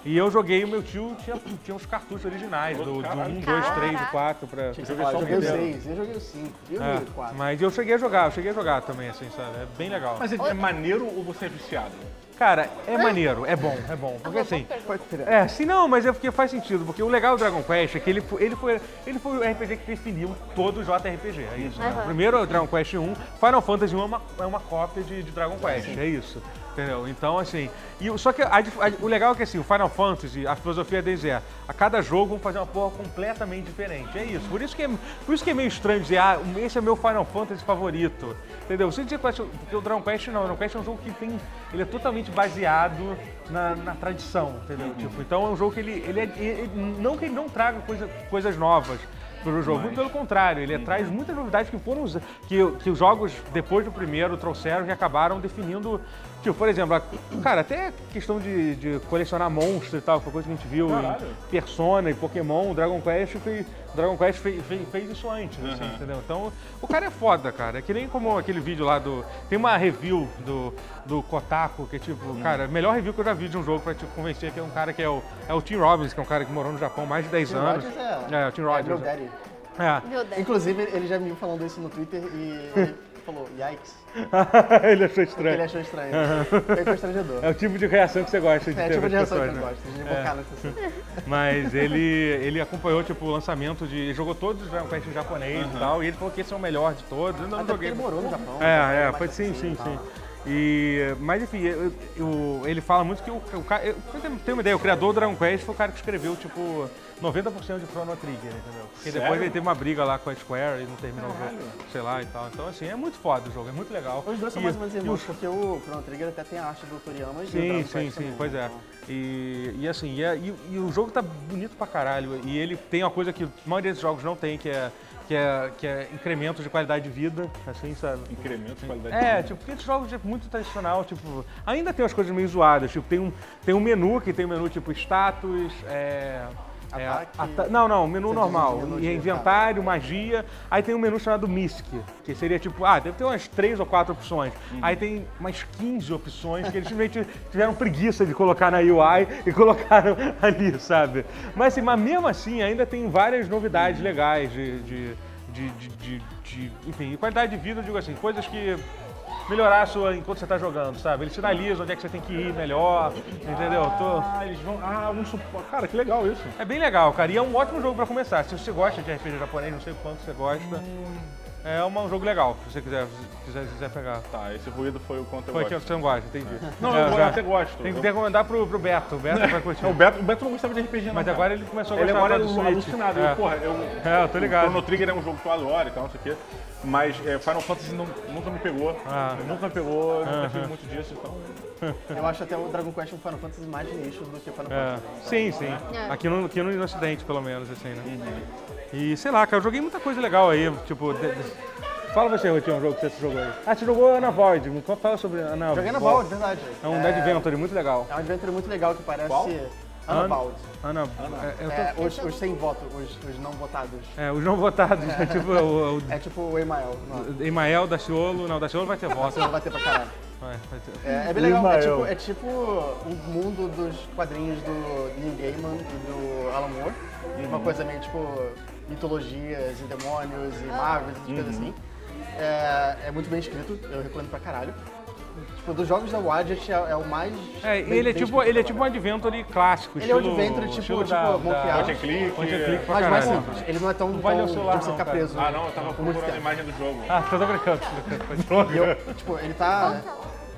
Speaker 4: E eu joguei, o meu tio tinha, tinha os cartuchos originais, do, do 1, 2, 3 e
Speaker 2: Caraca.
Speaker 4: 4 pra.
Speaker 3: Ó, eu Ah, joguei o
Speaker 4: entendeu?
Speaker 3: 6, eu joguei o 5, eu joguei o 4.
Speaker 4: um É, mas eu cheguei a jogar, eu cheguei a jogar também, assim, sabe? É bem legal.
Speaker 1: Mas é, é maneiro ou você é viciado?
Speaker 4: Cara, é maneiro, é bom, é bom. Porque
Speaker 2: Uma boa
Speaker 4: assim.
Speaker 2: pergunta.
Speaker 3: Pode tirar.
Speaker 4: É, sim, não, mas é porque faz sentido, porque o legal do Dragon Quest é que ele foi, ele foi, ele foi o RPG que definiu todo o JRPG, é isso. né?
Speaker 2: Aham.
Speaker 4: Primeiro é o Dragon Quest 1, Final Fantasy 1 é uma, é uma cópia de, de Dragon Quest, é isso. Entendeu? Então, assim. E, o- só que a dif- a- o legal é que assim, o Final Fantasy, a filosofia deles é, a cada jogo vão fazer uma porra completamente diferente. É isso. Por isso que é, por isso que é meio estranho dizer, ah, esse é meu Final Fantasy favorito. Entendeu? Você dizer que vai ser- porque o Dragon Quest não, o Dragon Quest é um jogo que tem. Ele é totalmente baseado na, na tradição, entendeu? Tipo, então é um jogo que ele. ele, é- ele- não que ele não traga coisa- coisas novas pro jogo. Muito pelo contrário, ele traz muitas novidades que foram usa- que, que os jogos depois do primeiro trouxeram e acabaram definindo. Tipo, por exemplo, a- cara, até a questão de, de colecionar monstros e tal, que foi coisa que a gente viu em Persona e Pokémon, Dragon Quest foi, Dragon Quest fez, fez, fez isso antes, assim, entendeu? Então, o cara é foda, cara. É que nem como aquele vídeo lá do. Tem uma review do, do Kotaku, que é tipo, cara, melhor review que eu já vi de um jogo pra te convencer que é um cara que é o, é o Tim Robbins, que é um cara que morou no Japão há mais de 10
Speaker 3: Tim
Speaker 4: anos.
Speaker 3: Rogers é-
Speaker 4: é, o Tim Rogers.
Speaker 3: meu
Speaker 4: é.
Speaker 3: daddy.
Speaker 4: É.
Speaker 2: Meu Deus.
Speaker 3: Inclusive, ele já me viu falando isso no Twitter e ele falou, yikes, É.
Speaker 4: ele achou
Speaker 3: porque ele
Speaker 4: estranho.
Speaker 3: achou estranho. Foi constrangedor.
Speaker 4: É o tipo de reação que você gosta de
Speaker 3: É,
Speaker 4: ter
Speaker 3: tipo de
Speaker 4: das
Speaker 3: reação que
Speaker 4: pessoas,
Speaker 3: eu
Speaker 4: né?
Speaker 3: gosto, de bocar no assim.
Speaker 4: Mas ele, ele acompanhou tipo, o lançamento de. Ele jogou todos os Dragon Quest em japonês e tal, e ele falou que esse é o melhor de todos. Eu não
Speaker 3: Até porque
Speaker 4: joguei.
Speaker 3: ele morou no Japão. então
Speaker 4: É, é,
Speaker 3: mais
Speaker 4: pode sim,
Speaker 3: acessível
Speaker 4: sim,
Speaker 3: e
Speaker 4: sim.
Speaker 3: tal.
Speaker 4: E, mas enfim, eu- eu- ele fala muito que o, o cara. eu- Pra você ter uma ideia, o criador do Dragon Quest foi o cara que escreveu, tipo, 90% de Chrono Trigger, entendeu? Porque depois
Speaker 1: Sério?
Speaker 4: ele teve uma briga lá com a Square e não terminou o jogo, sei lá e tal. Então, assim, é muito foda o jogo, é muito legal.
Speaker 3: Os dois são
Speaker 4: E-
Speaker 3: mais ou menos
Speaker 4: e
Speaker 3: irmãos,
Speaker 4: os-
Speaker 3: porque o Chrono Trigger até tem a arte do Toriyama e o
Speaker 4: Sim,
Speaker 3: Dragon
Speaker 4: sim,
Speaker 3: Quest
Speaker 4: sim,
Speaker 3: também,
Speaker 4: pois é.
Speaker 3: então.
Speaker 4: E, e assim, e, é- e- e o jogo tá bonito pra caralho. E ele tem uma coisa que a maioria dos jogos não tem, que é, que é, que é incremento de qualidade de vida, assim, sabe?
Speaker 1: Incremento de qualidade de
Speaker 4: É,
Speaker 1: vida.
Speaker 4: tipo, porque esse jogo é muito tradicional, tipo, ainda tem umas coisas meio zoadas, tipo, tem um, tem um menu que tem um menu tipo status, é. é,
Speaker 3: Ataque.
Speaker 4: ata- não, não, menu
Speaker 3: Você
Speaker 4: normal.
Speaker 3: diz o menu
Speaker 4: E é
Speaker 3: de-
Speaker 4: inventário, magia. Aí tem um menu chamado MISC, que seria tipo, ah, deve ter umas três ou quatro opções.
Speaker 3: Uhum.
Speaker 4: Aí tem umas 15 opções que eles simplesmente tiveram preguiça de colocar na UI e colocaram ali, sabe? Mas, assim, mas mesmo assim, ainda tem várias novidades
Speaker 3: Uhum.
Speaker 4: legais de- de de, de, de- de- enfim, qualidade de vida, eu digo assim, coisas que melhorar a sua enquanto você está jogando, sabe? Eles sinalizam onde é que você tem que ir melhor, entendeu? Tô-
Speaker 1: Ah, eles vão. Ah, um suporte. Cara, que legal isso.
Speaker 4: É bem legal, cara, e é um ótimo jogo para começar. Se você gosta de RPG japonês, não sei o quanto você gosta, é uma- um jogo legal, se você quiser, se quiser, se quiser pegar.
Speaker 1: Tá, esse ruído foi o quanto eu
Speaker 4: Foi aqui,
Speaker 1: gosto.
Speaker 4: você não gosta, entendi.
Speaker 1: Não,
Speaker 4: É,
Speaker 1: eu,
Speaker 4: já-
Speaker 1: até gosto.
Speaker 4: Tem que
Speaker 1: Eu-
Speaker 4: recomendar pro, pro Beto, o Beto vai curtir.
Speaker 1: O Beto, o Beto não gostava de RPG, não.
Speaker 4: Mas
Speaker 1: cara.
Speaker 4: agora ele começou a
Speaker 1: Ele
Speaker 4: gostar
Speaker 1: agora é
Speaker 4: do Switch.
Speaker 1: alucinado.
Speaker 4: É.
Speaker 1: Eu, porra, eu,
Speaker 4: É, eu tô ligado.
Speaker 1: O Chrono Trigger é um jogo que eu adoro e tal, não sei o quê. Mas é, Final Fantasy não- nunca me pegou.
Speaker 4: Ah.
Speaker 1: Nunca me pegou, nunca tive muito disso. Então,
Speaker 3: Eu acho até o Dragon Quest um Final Fantasy mais de nicho do que o Final
Speaker 4: É,
Speaker 3: Fantasy.
Speaker 4: Sim, sim.
Speaker 2: É.
Speaker 4: Aqui no, aqui no Ocidente, pelo menos, assim, né?
Speaker 3: Uhum.
Speaker 4: E sei lá, cara, eu joguei muita coisa legal aí, tipo. de- de- Fala você, Rotinho, um jogo que você jogou aí. Ah, você jogou Ana Void, me conta- fala sobre Ana
Speaker 3: Joguei na Vault, verdade.
Speaker 4: É um Dead Venture muito legal.
Speaker 3: É um adventure muito legal que parece...
Speaker 1: Qual?
Speaker 3: Ana
Speaker 4: An-
Speaker 3: Vault.
Speaker 4: Ana. É, eu tô-
Speaker 3: É, os, os sem voto, os, os não votados.
Speaker 4: é, os não votados, né? tipo o, o
Speaker 3: É tipo o Emael. Não,
Speaker 4: Emael, Daciolo. Não, Daciolo vai ter voto.
Speaker 3: você não vai ter pra caralho.
Speaker 4: Vai, vai ter-
Speaker 3: É, é bem legal, é tipo, é tipo o mundo dos quadrinhos do Neil Gaiman e do Alan Moore.
Speaker 4: Uhum.
Speaker 3: Uma coisa meio tipo mitologias e demônios e magos, essas coisas
Speaker 4: Uhum.
Speaker 3: assim. É, é muito bem escrito, eu recomendo pra caralho. Tipo, dos jogos da Wadjet é, é o mais.
Speaker 4: É,
Speaker 3: bem-
Speaker 4: ele
Speaker 3: bem
Speaker 4: é tipo,
Speaker 3: escrito
Speaker 4: ele é
Speaker 3: agora.
Speaker 4: tipo um Adventure clássico,
Speaker 3: Ele é um
Speaker 4: estilo-
Speaker 3: adventure tipo-
Speaker 4: estilo
Speaker 3: tipo
Speaker 4: da,
Speaker 3: Monkey
Speaker 4: da...
Speaker 1: Point
Speaker 3: Island.
Speaker 1: and click.
Speaker 4: Point and click pra
Speaker 3: Mas mais
Speaker 4: caralho.
Speaker 3: simples, ele não é tão.
Speaker 4: Não vale
Speaker 3: tão
Speaker 4: o celular,
Speaker 3: tipo, você
Speaker 4: não,
Speaker 3: ficar
Speaker 4: cara.
Speaker 3: preso. um
Speaker 1: Ah, não, eu tava
Speaker 3: por muito
Speaker 1: procurando a
Speaker 3: tempo.
Speaker 1: imagem do jogo.
Speaker 4: Ah, tô brincando. tô
Speaker 3: E
Speaker 4: brincando.
Speaker 3: eu, tipo, ele tá.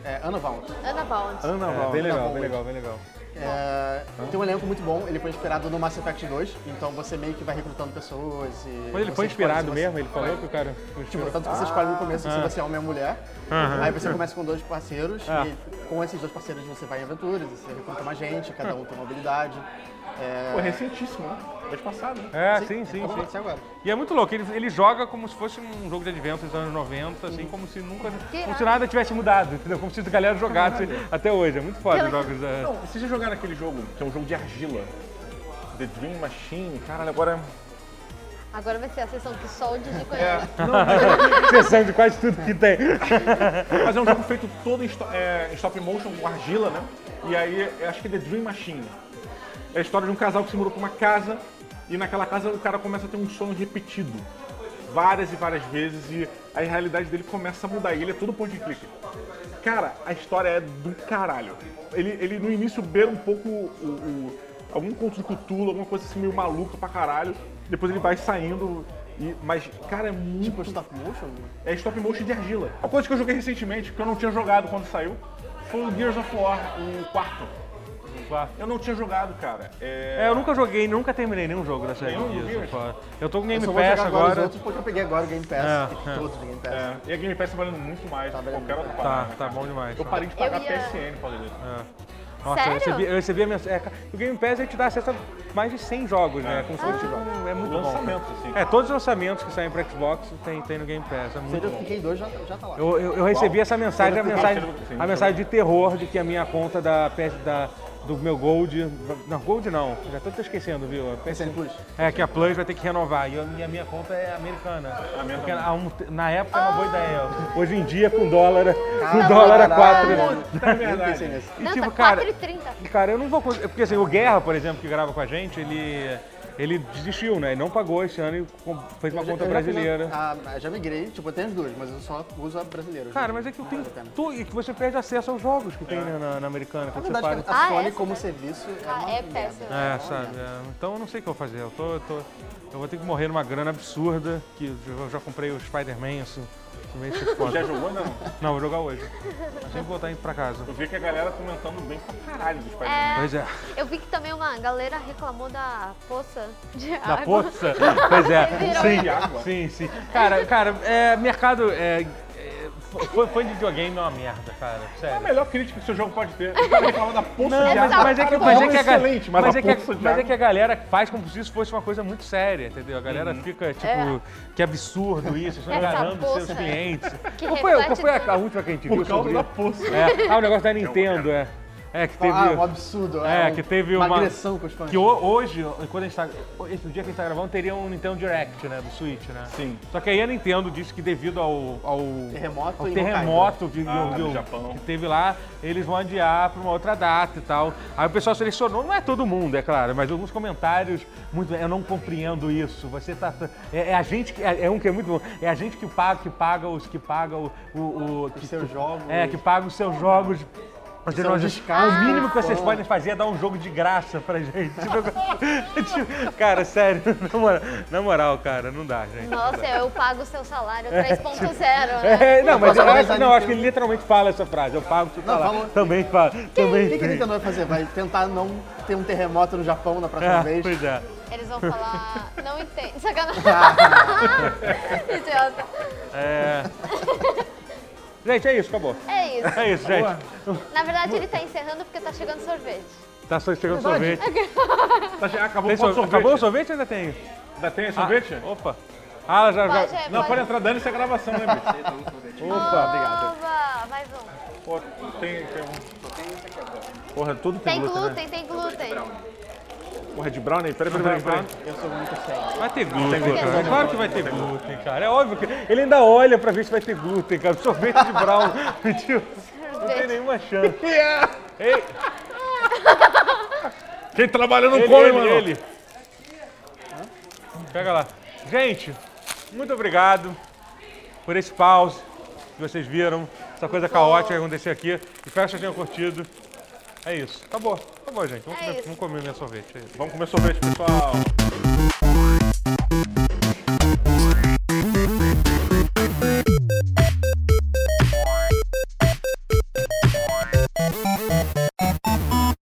Speaker 3: É, Ana Vaunt.
Speaker 2: Ana Bound.
Speaker 4: Ana Void. É, Bem legal, bem legal, bem legal.
Speaker 3: É, tem um elenco muito bom, ele foi inspirado no Mass Effect 2, então você meio que vai recrutando pessoas e. você
Speaker 4: Mas ele foi
Speaker 3: escolhe se
Speaker 4: inspirado
Speaker 3: você-
Speaker 4: mesmo? Ah. Ele falou que o cara foi
Speaker 3: Tipo,
Speaker 4: inspirado.
Speaker 3: tanto que você escolhe no começo se você é homem ou mulher. Aí você começa com dois parceiros,
Speaker 4: Ah.
Speaker 3: e com esses dois parceiros você vai em aventuras, e você recruta mais gente, cada um tem uma habilidade.
Speaker 1: Pô, é recentíssimo, né? Mês passado, né?
Speaker 4: É, sim, sim,
Speaker 3: Acabou de acontecer
Speaker 4: sim.
Speaker 3: Então, agora.
Speaker 4: E é muito louco, ele, ele joga como se fosse um jogo de adventos dos anos 90, assim, como se nunca.
Speaker 2: Que
Speaker 4: Como se nada tivesse mudado, entendeu? Como se a galera jogasse até hoje. É muito foda os jogos da.
Speaker 1: Não, vocês já jogaram aquele jogo, que é um jogo de argila. The Dream Machine, caralho, agora. é
Speaker 2: Agora vai ser a sessão que só o
Speaker 4: É,
Speaker 2: Didi conhece.
Speaker 4: Sessão de quase tudo que tem.
Speaker 1: Mas é um jogo feito todo em, sto- é, em stop motion, com argila, né? E aí, eu acho que é The Dream Machine. É a história de um casal que se mudou pra uma casa e naquela casa o cara começa a ter um sono repetido. Várias e várias vezes e a realidade dele começa a mudar e ele é todo ponto de clique. Cara, a história é do caralho. Ele, ele no início beira um pouco o, o- algum conto de Cthulhu, alguma coisa assim meio maluca pra caralho. Depois ele vai saindo e... Mas, cara, é muito
Speaker 3: Tipo, stop motion?
Speaker 1: é stop motion de argila. A coisa que eu joguei recentemente, que eu não tinha jogado quando saiu, foi o Gears of War, o quarto. Eu não tinha jogado, cara. É...
Speaker 4: É, eu nunca joguei, nunca terminei nenhum jogo da série.
Speaker 1: Nenhum
Speaker 4: Gears
Speaker 1: Gears?
Speaker 4: of War. Eu tô com
Speaker 3: Eu
Speaker 4: Game
Speaker 3: só vou
Speaker 4: Pass
Speaker 3: jogar agora, os
Speaker 4: agora.
Speaker 3: outros porque eu peguei agora o Game Pass.
Speaker 4: É,
Speaker 3: que
Speaker 4: é.
Speaker 3: Todos do Game Pass.
Speaker 1: é, E a Game Pass tá valendo muito mais do que qualquer outra
Speaker 4: Tá,
Speaker 1: parada. né,
Speaker 4: tá
Speaker 1: cara?
Speaker 4: bom demais.
Speaker 1: Eu parei de pagar
Speaker 2: Eu ia-
Speaker 1: PSN, por causa disso.
Speaker 4: Nossa, eu
Speaker 2: Sério?
Speaker 4: recebi, eu recebi a mensagem. É, ca- o Game Pass ele te dá acesso a mais de 100 jogos, né?
Speaker 2: Ah.
Speaker 4: Como se fosse um- é muito
Speaker 1: Lançamento,
Speaker 4: bom.
Speaker 1: assim.
Speaker 4: É, todos os lançamentos que saem pra Xbox tem, tem no Game Pass.
Speaker 3: Se
Speaker 4: É muito
Speaker 3: eu
Speaker 4: bom.
Speaker 3: fiquei dois, já, já tá lá.
Speaker 4: Eu, eu- eu recebi essa mensagem, a mensagem,
Speaker 1: Sim,
Speaker 4: a mensagem de terror de que a minha conta da, PS da- do meu Gold. Não, Gold não, já tô te esquecendo, viu? A PS
Speaker 3: PSN Plus.
Speaker 4: é que a Plus vai ter que renovar e, eu- e a minha conta é americana.
Speaker 1: minha
Speaker 4: Porque
Speaker 1: também.
Speaker 4: há um te- na época era uma boa ideia. Hoje em dia, com dólar, com
Speaker 3: Ah, Caralho.
Speaker 4: dólar a 4.
Speaker 1: É
Speaker 3: tá Eu nem pensei
Speaker 1: verdade.
Speaker 3: nisso.
Speaker 4: E
Speaker 2: Não,
Speaker 4: tipo,
Speaker 2: tá
Speaker 4: cara,
Speaker 2: 4h30.
Speaker 4: Cara, eu não vou conseguir. Porque assim, o Guerra, por exemplo, que grava com a gente, ele. Ele desistiu, né? Ele não pagou esse ano e com- fez uma
Speaker 3: Eu já-
Speaker 4: conta
Speaker 3: eu já fiz
Speaker 4: brasileira.
Speaker 3: a- a- já migrei, tipo, eu tenho as duas, mas eu só uso a brasileira. hoje em
Speaker 4: Cara,
Speaker 3: dia.
Speaker 4: mas é que eu tenho.
Speaker 3: Não vale a pena.
Speaker 4: Tu, e que você perde acesso aos jogos que tem né, na, na americana.
Speaker 3: tá. É. Na
Speaker 4: Quando você
Speaker 3: verdade,
Speaker 4: paga.
Speaker 3: a
Speaker 2: Ah,
Speaker 3: Sony
Speaker 2: essa,
Speaker 3: como
Speaker 2: né?
Speaker 3: serviço é
Speaker 2: Ah,
Speaker 3: uma
Speaker 2: é
Speaker 3: merda.
Speaker 2: péssimo.
Speaker 4: É, sabe? é. Então eu não sei o que eu vou fazer. Eu, tô, eu, tô- eu vou ter que morrer numa grana absurda. Que eu já comprei o Spider-Man, isso. Isso meio que foda.
Speaker 1: Já jogou, não?
Speaker 4: Não, vou jogar hoje. Eu tenho que voltar indo pra casa.
Speaker 1: Eu vi que a galera comentando bem pra caralho dos pais.
Speaker 4: Pois é.
Speaker 2: Eu vi que também uma galera reclamou da poça de
Speaker 4: Da
Speaker 2: água.
Speaker 4: poça? Pois
Speaker 2: Virou
Speaker 1: água.
Speaker 4: é. Sim, sim, sim. Cara, cara, é, mercado. É, é, fã- fã de videogame é uma merda, cara.
Speaker 1: É a
Speaker 4: Sério.
Speaker 1: melhor crítica que o seu jogo pode ter. O cara reclamando da poça
Speaker 4: Não,
Speaker 1: de
Speaker 4: mas,
Speaker 1: água.
Speaker 4: mas é que,
Speaker 1: Cara,
Speaker 4: mas
Speaker 1: o
Speaker 4: é
Speaker 1: jogo
Speaker 4: que a galera.
Speaker 1: Tá excelente, mas,
Speaker 4: Mas,
Speaker 1: a
Speaker 4: é que a-
Speaker 1: poça de
Speaker 4: mas é
Speaker 1: água-
Speaker 4: que a galera faz como se isso fosse uma coisa muito séria, entendeu? A galera
Speaker 1: Uhum.
Speaker 4: fica tipo,
Speaker 2: É.
Speaker 4: que absurdo isso, estão
Speaker 2: Essa
Speaker 4: enganando seus
Speaker 2: poça.
Speaker 4: clientes.
Speaker 2: Que
Speaker 4: Qual foi, a- qual
Speaker 2: reflete
Speaker 4: foi a, a
Speaker 2: tudo.
Speaker 4: última que a gente viu
Speaker 1: Por causa
Speaker 4: sobre
Speaker 1: da
Speaker 4: isso?
Speaker 1: poça.
Speaker 4: É, ah, o negócio da Nintendo, é. É, que teve.
Speaker 3: Ah, um absurdo.
Speaker 4: É,
Speaker 3: um-
Speaker 4: que teve
Speaker 3: uma,
Speaker 4: uma-
Speaker 3: agressão com os fãs.
Speaker 4: Que ho- hoje, quando a gente tá, esse dia que a gente tá gravando, teria um Nintendo Direct, né? Do Switch, né?
Speaker 1: Sim.
Speaker 4: Só que aí a Nintendo disse que devido ao, ao
Speaker 3: Terremoto
Speaker 4: ao
Speaker 3: em
Speaker 4: terremoto que,
Speaker 1: Ah,
Speaker 4: que-
Speaker 1: no
Speaker 4: que-
Speaker 1: Japão.
Speaker 4: que teve lá, eles vão adiar para uma outra data e tal. Aí o pessoal selecionou, não é todo mundo, é claro, mas alguns comentários muito, eu não compreendo isso. Você tá é, é a gente que é, é um que é muito bom, é a gente que paga que paga os que paga o, o, o- que-
Speaker 3: seus jogos.
Speaker 4: é que paga os seus jogos. Você
Speaker 3: São
Speaker 4: não-
Speaker 3: descasos
Speaker 4: o mínimo que
Speaker 3: com
Speaker 4: vocês
Speaker 3: fã.
Speaker 4: podem fazer é dar um jogo de graça pra gente. Tipo, tipo, cara, sério, na moral, na moral, cara, não dá, gente.
Speaker 2: Nossa, eu pago o seu salário 3.0, né?
Speaker 4: É, não, mas eu
Speaker 3: Mas
Speaker 4: acho,
Speaker 3: a
Speaker 4: não, eu acho que
Speaker 3: Nintendo-
Speaker 4: ele literalmente fala essa frase. Eu pago o seu
Speaker 3: Não,
Speaker 4: salário.
Speaker 3: falou.
Speaker 4: Também fala.
Speaker 3: O que,
Speaker 4: Também
Speaker 3: que a
Speaker 4: tem.
Speaker 3: Nintendo vai fazer? Vai tentar não ter um terremoto no Japão na próxima
Speaker 4: É,
Speaker 3: vez?
Speaker 4: pois é.
Speaker 2: Eles vão falar, não entendo. Sacanagem.
Speaker 4: Ah,
Speaker 2: Idiota.
Speaker 4: É. Gente, é isso, acabou.
Speaker 2: É isso.
Speaker 4: É isso, gente.
Speaker 2: Na verdade, ele tá encerrando porque tá chegando sorvete.
Speaker 4: Tá só chegando sorvete.
Speaker 1: Tá, já acabou
Speaker 4: Tem
Speaker 1: o
Speaker 4: sor-
Speaker 1: sorvete.
Speaker 4: Acabou o sorvete ou ainda tem? Ah,
Speaker 1: Ainda tem sorvete?
Speaker 4: Opa. Ah, já, já.
Speaker 2: Pode,
Speaker 1: Não, pode
Speaker 2: pode.
Speaker 1: entrar dando essa gravação, né, bicho?
Speaker 4: Opa,
Speaker 2: Ova, mais um.
Speaker 1: Pô, tem, tem um. Porra, tudo tem,
Speaker 2: Tem
Speaker 1: glúten, né?
Speaker 2: glúten, tem glúten.
Speaker 1: Porra, de brownie? Peraí, peraí, peraí. peraí.
Speaker 3: Eu sou muito sério.
Speaker 4: Vai ter glúten,
Speaker 2: glúten.
Speaker 3: né?
Speaker 4: cara. Claro que vai ter glúten, cara. É óbvio que ele ainda olha pra ver se vai ter glúten, cara. Sorvete de brown. Tipo, Pediu. Não tem
Speaker 2: Sorvete.
Speaker 4: nenhuma chance. Ei,
Speaker 1: É. Quem trabalha não
Speaker 4: ele,
Speaker 1: come,
Speaker 4: ele,
Speaker 1: mano.
Speaker 4: ele. Pega lá. Gente, muito obrigado por esse pause que vocês viram. Essa coisa caótica que aconteceu aqui. Espero que vocês tenham curtido. É isso. Acabou. Acabou, gente. Vamos,
Speaker 2: É
Speaker 4: comer,
Speaker 2: isso.
Speaker 4: vamos comer minha sorvete. É isso.
Speaker 1: Vamos comer sorvete, pessoal.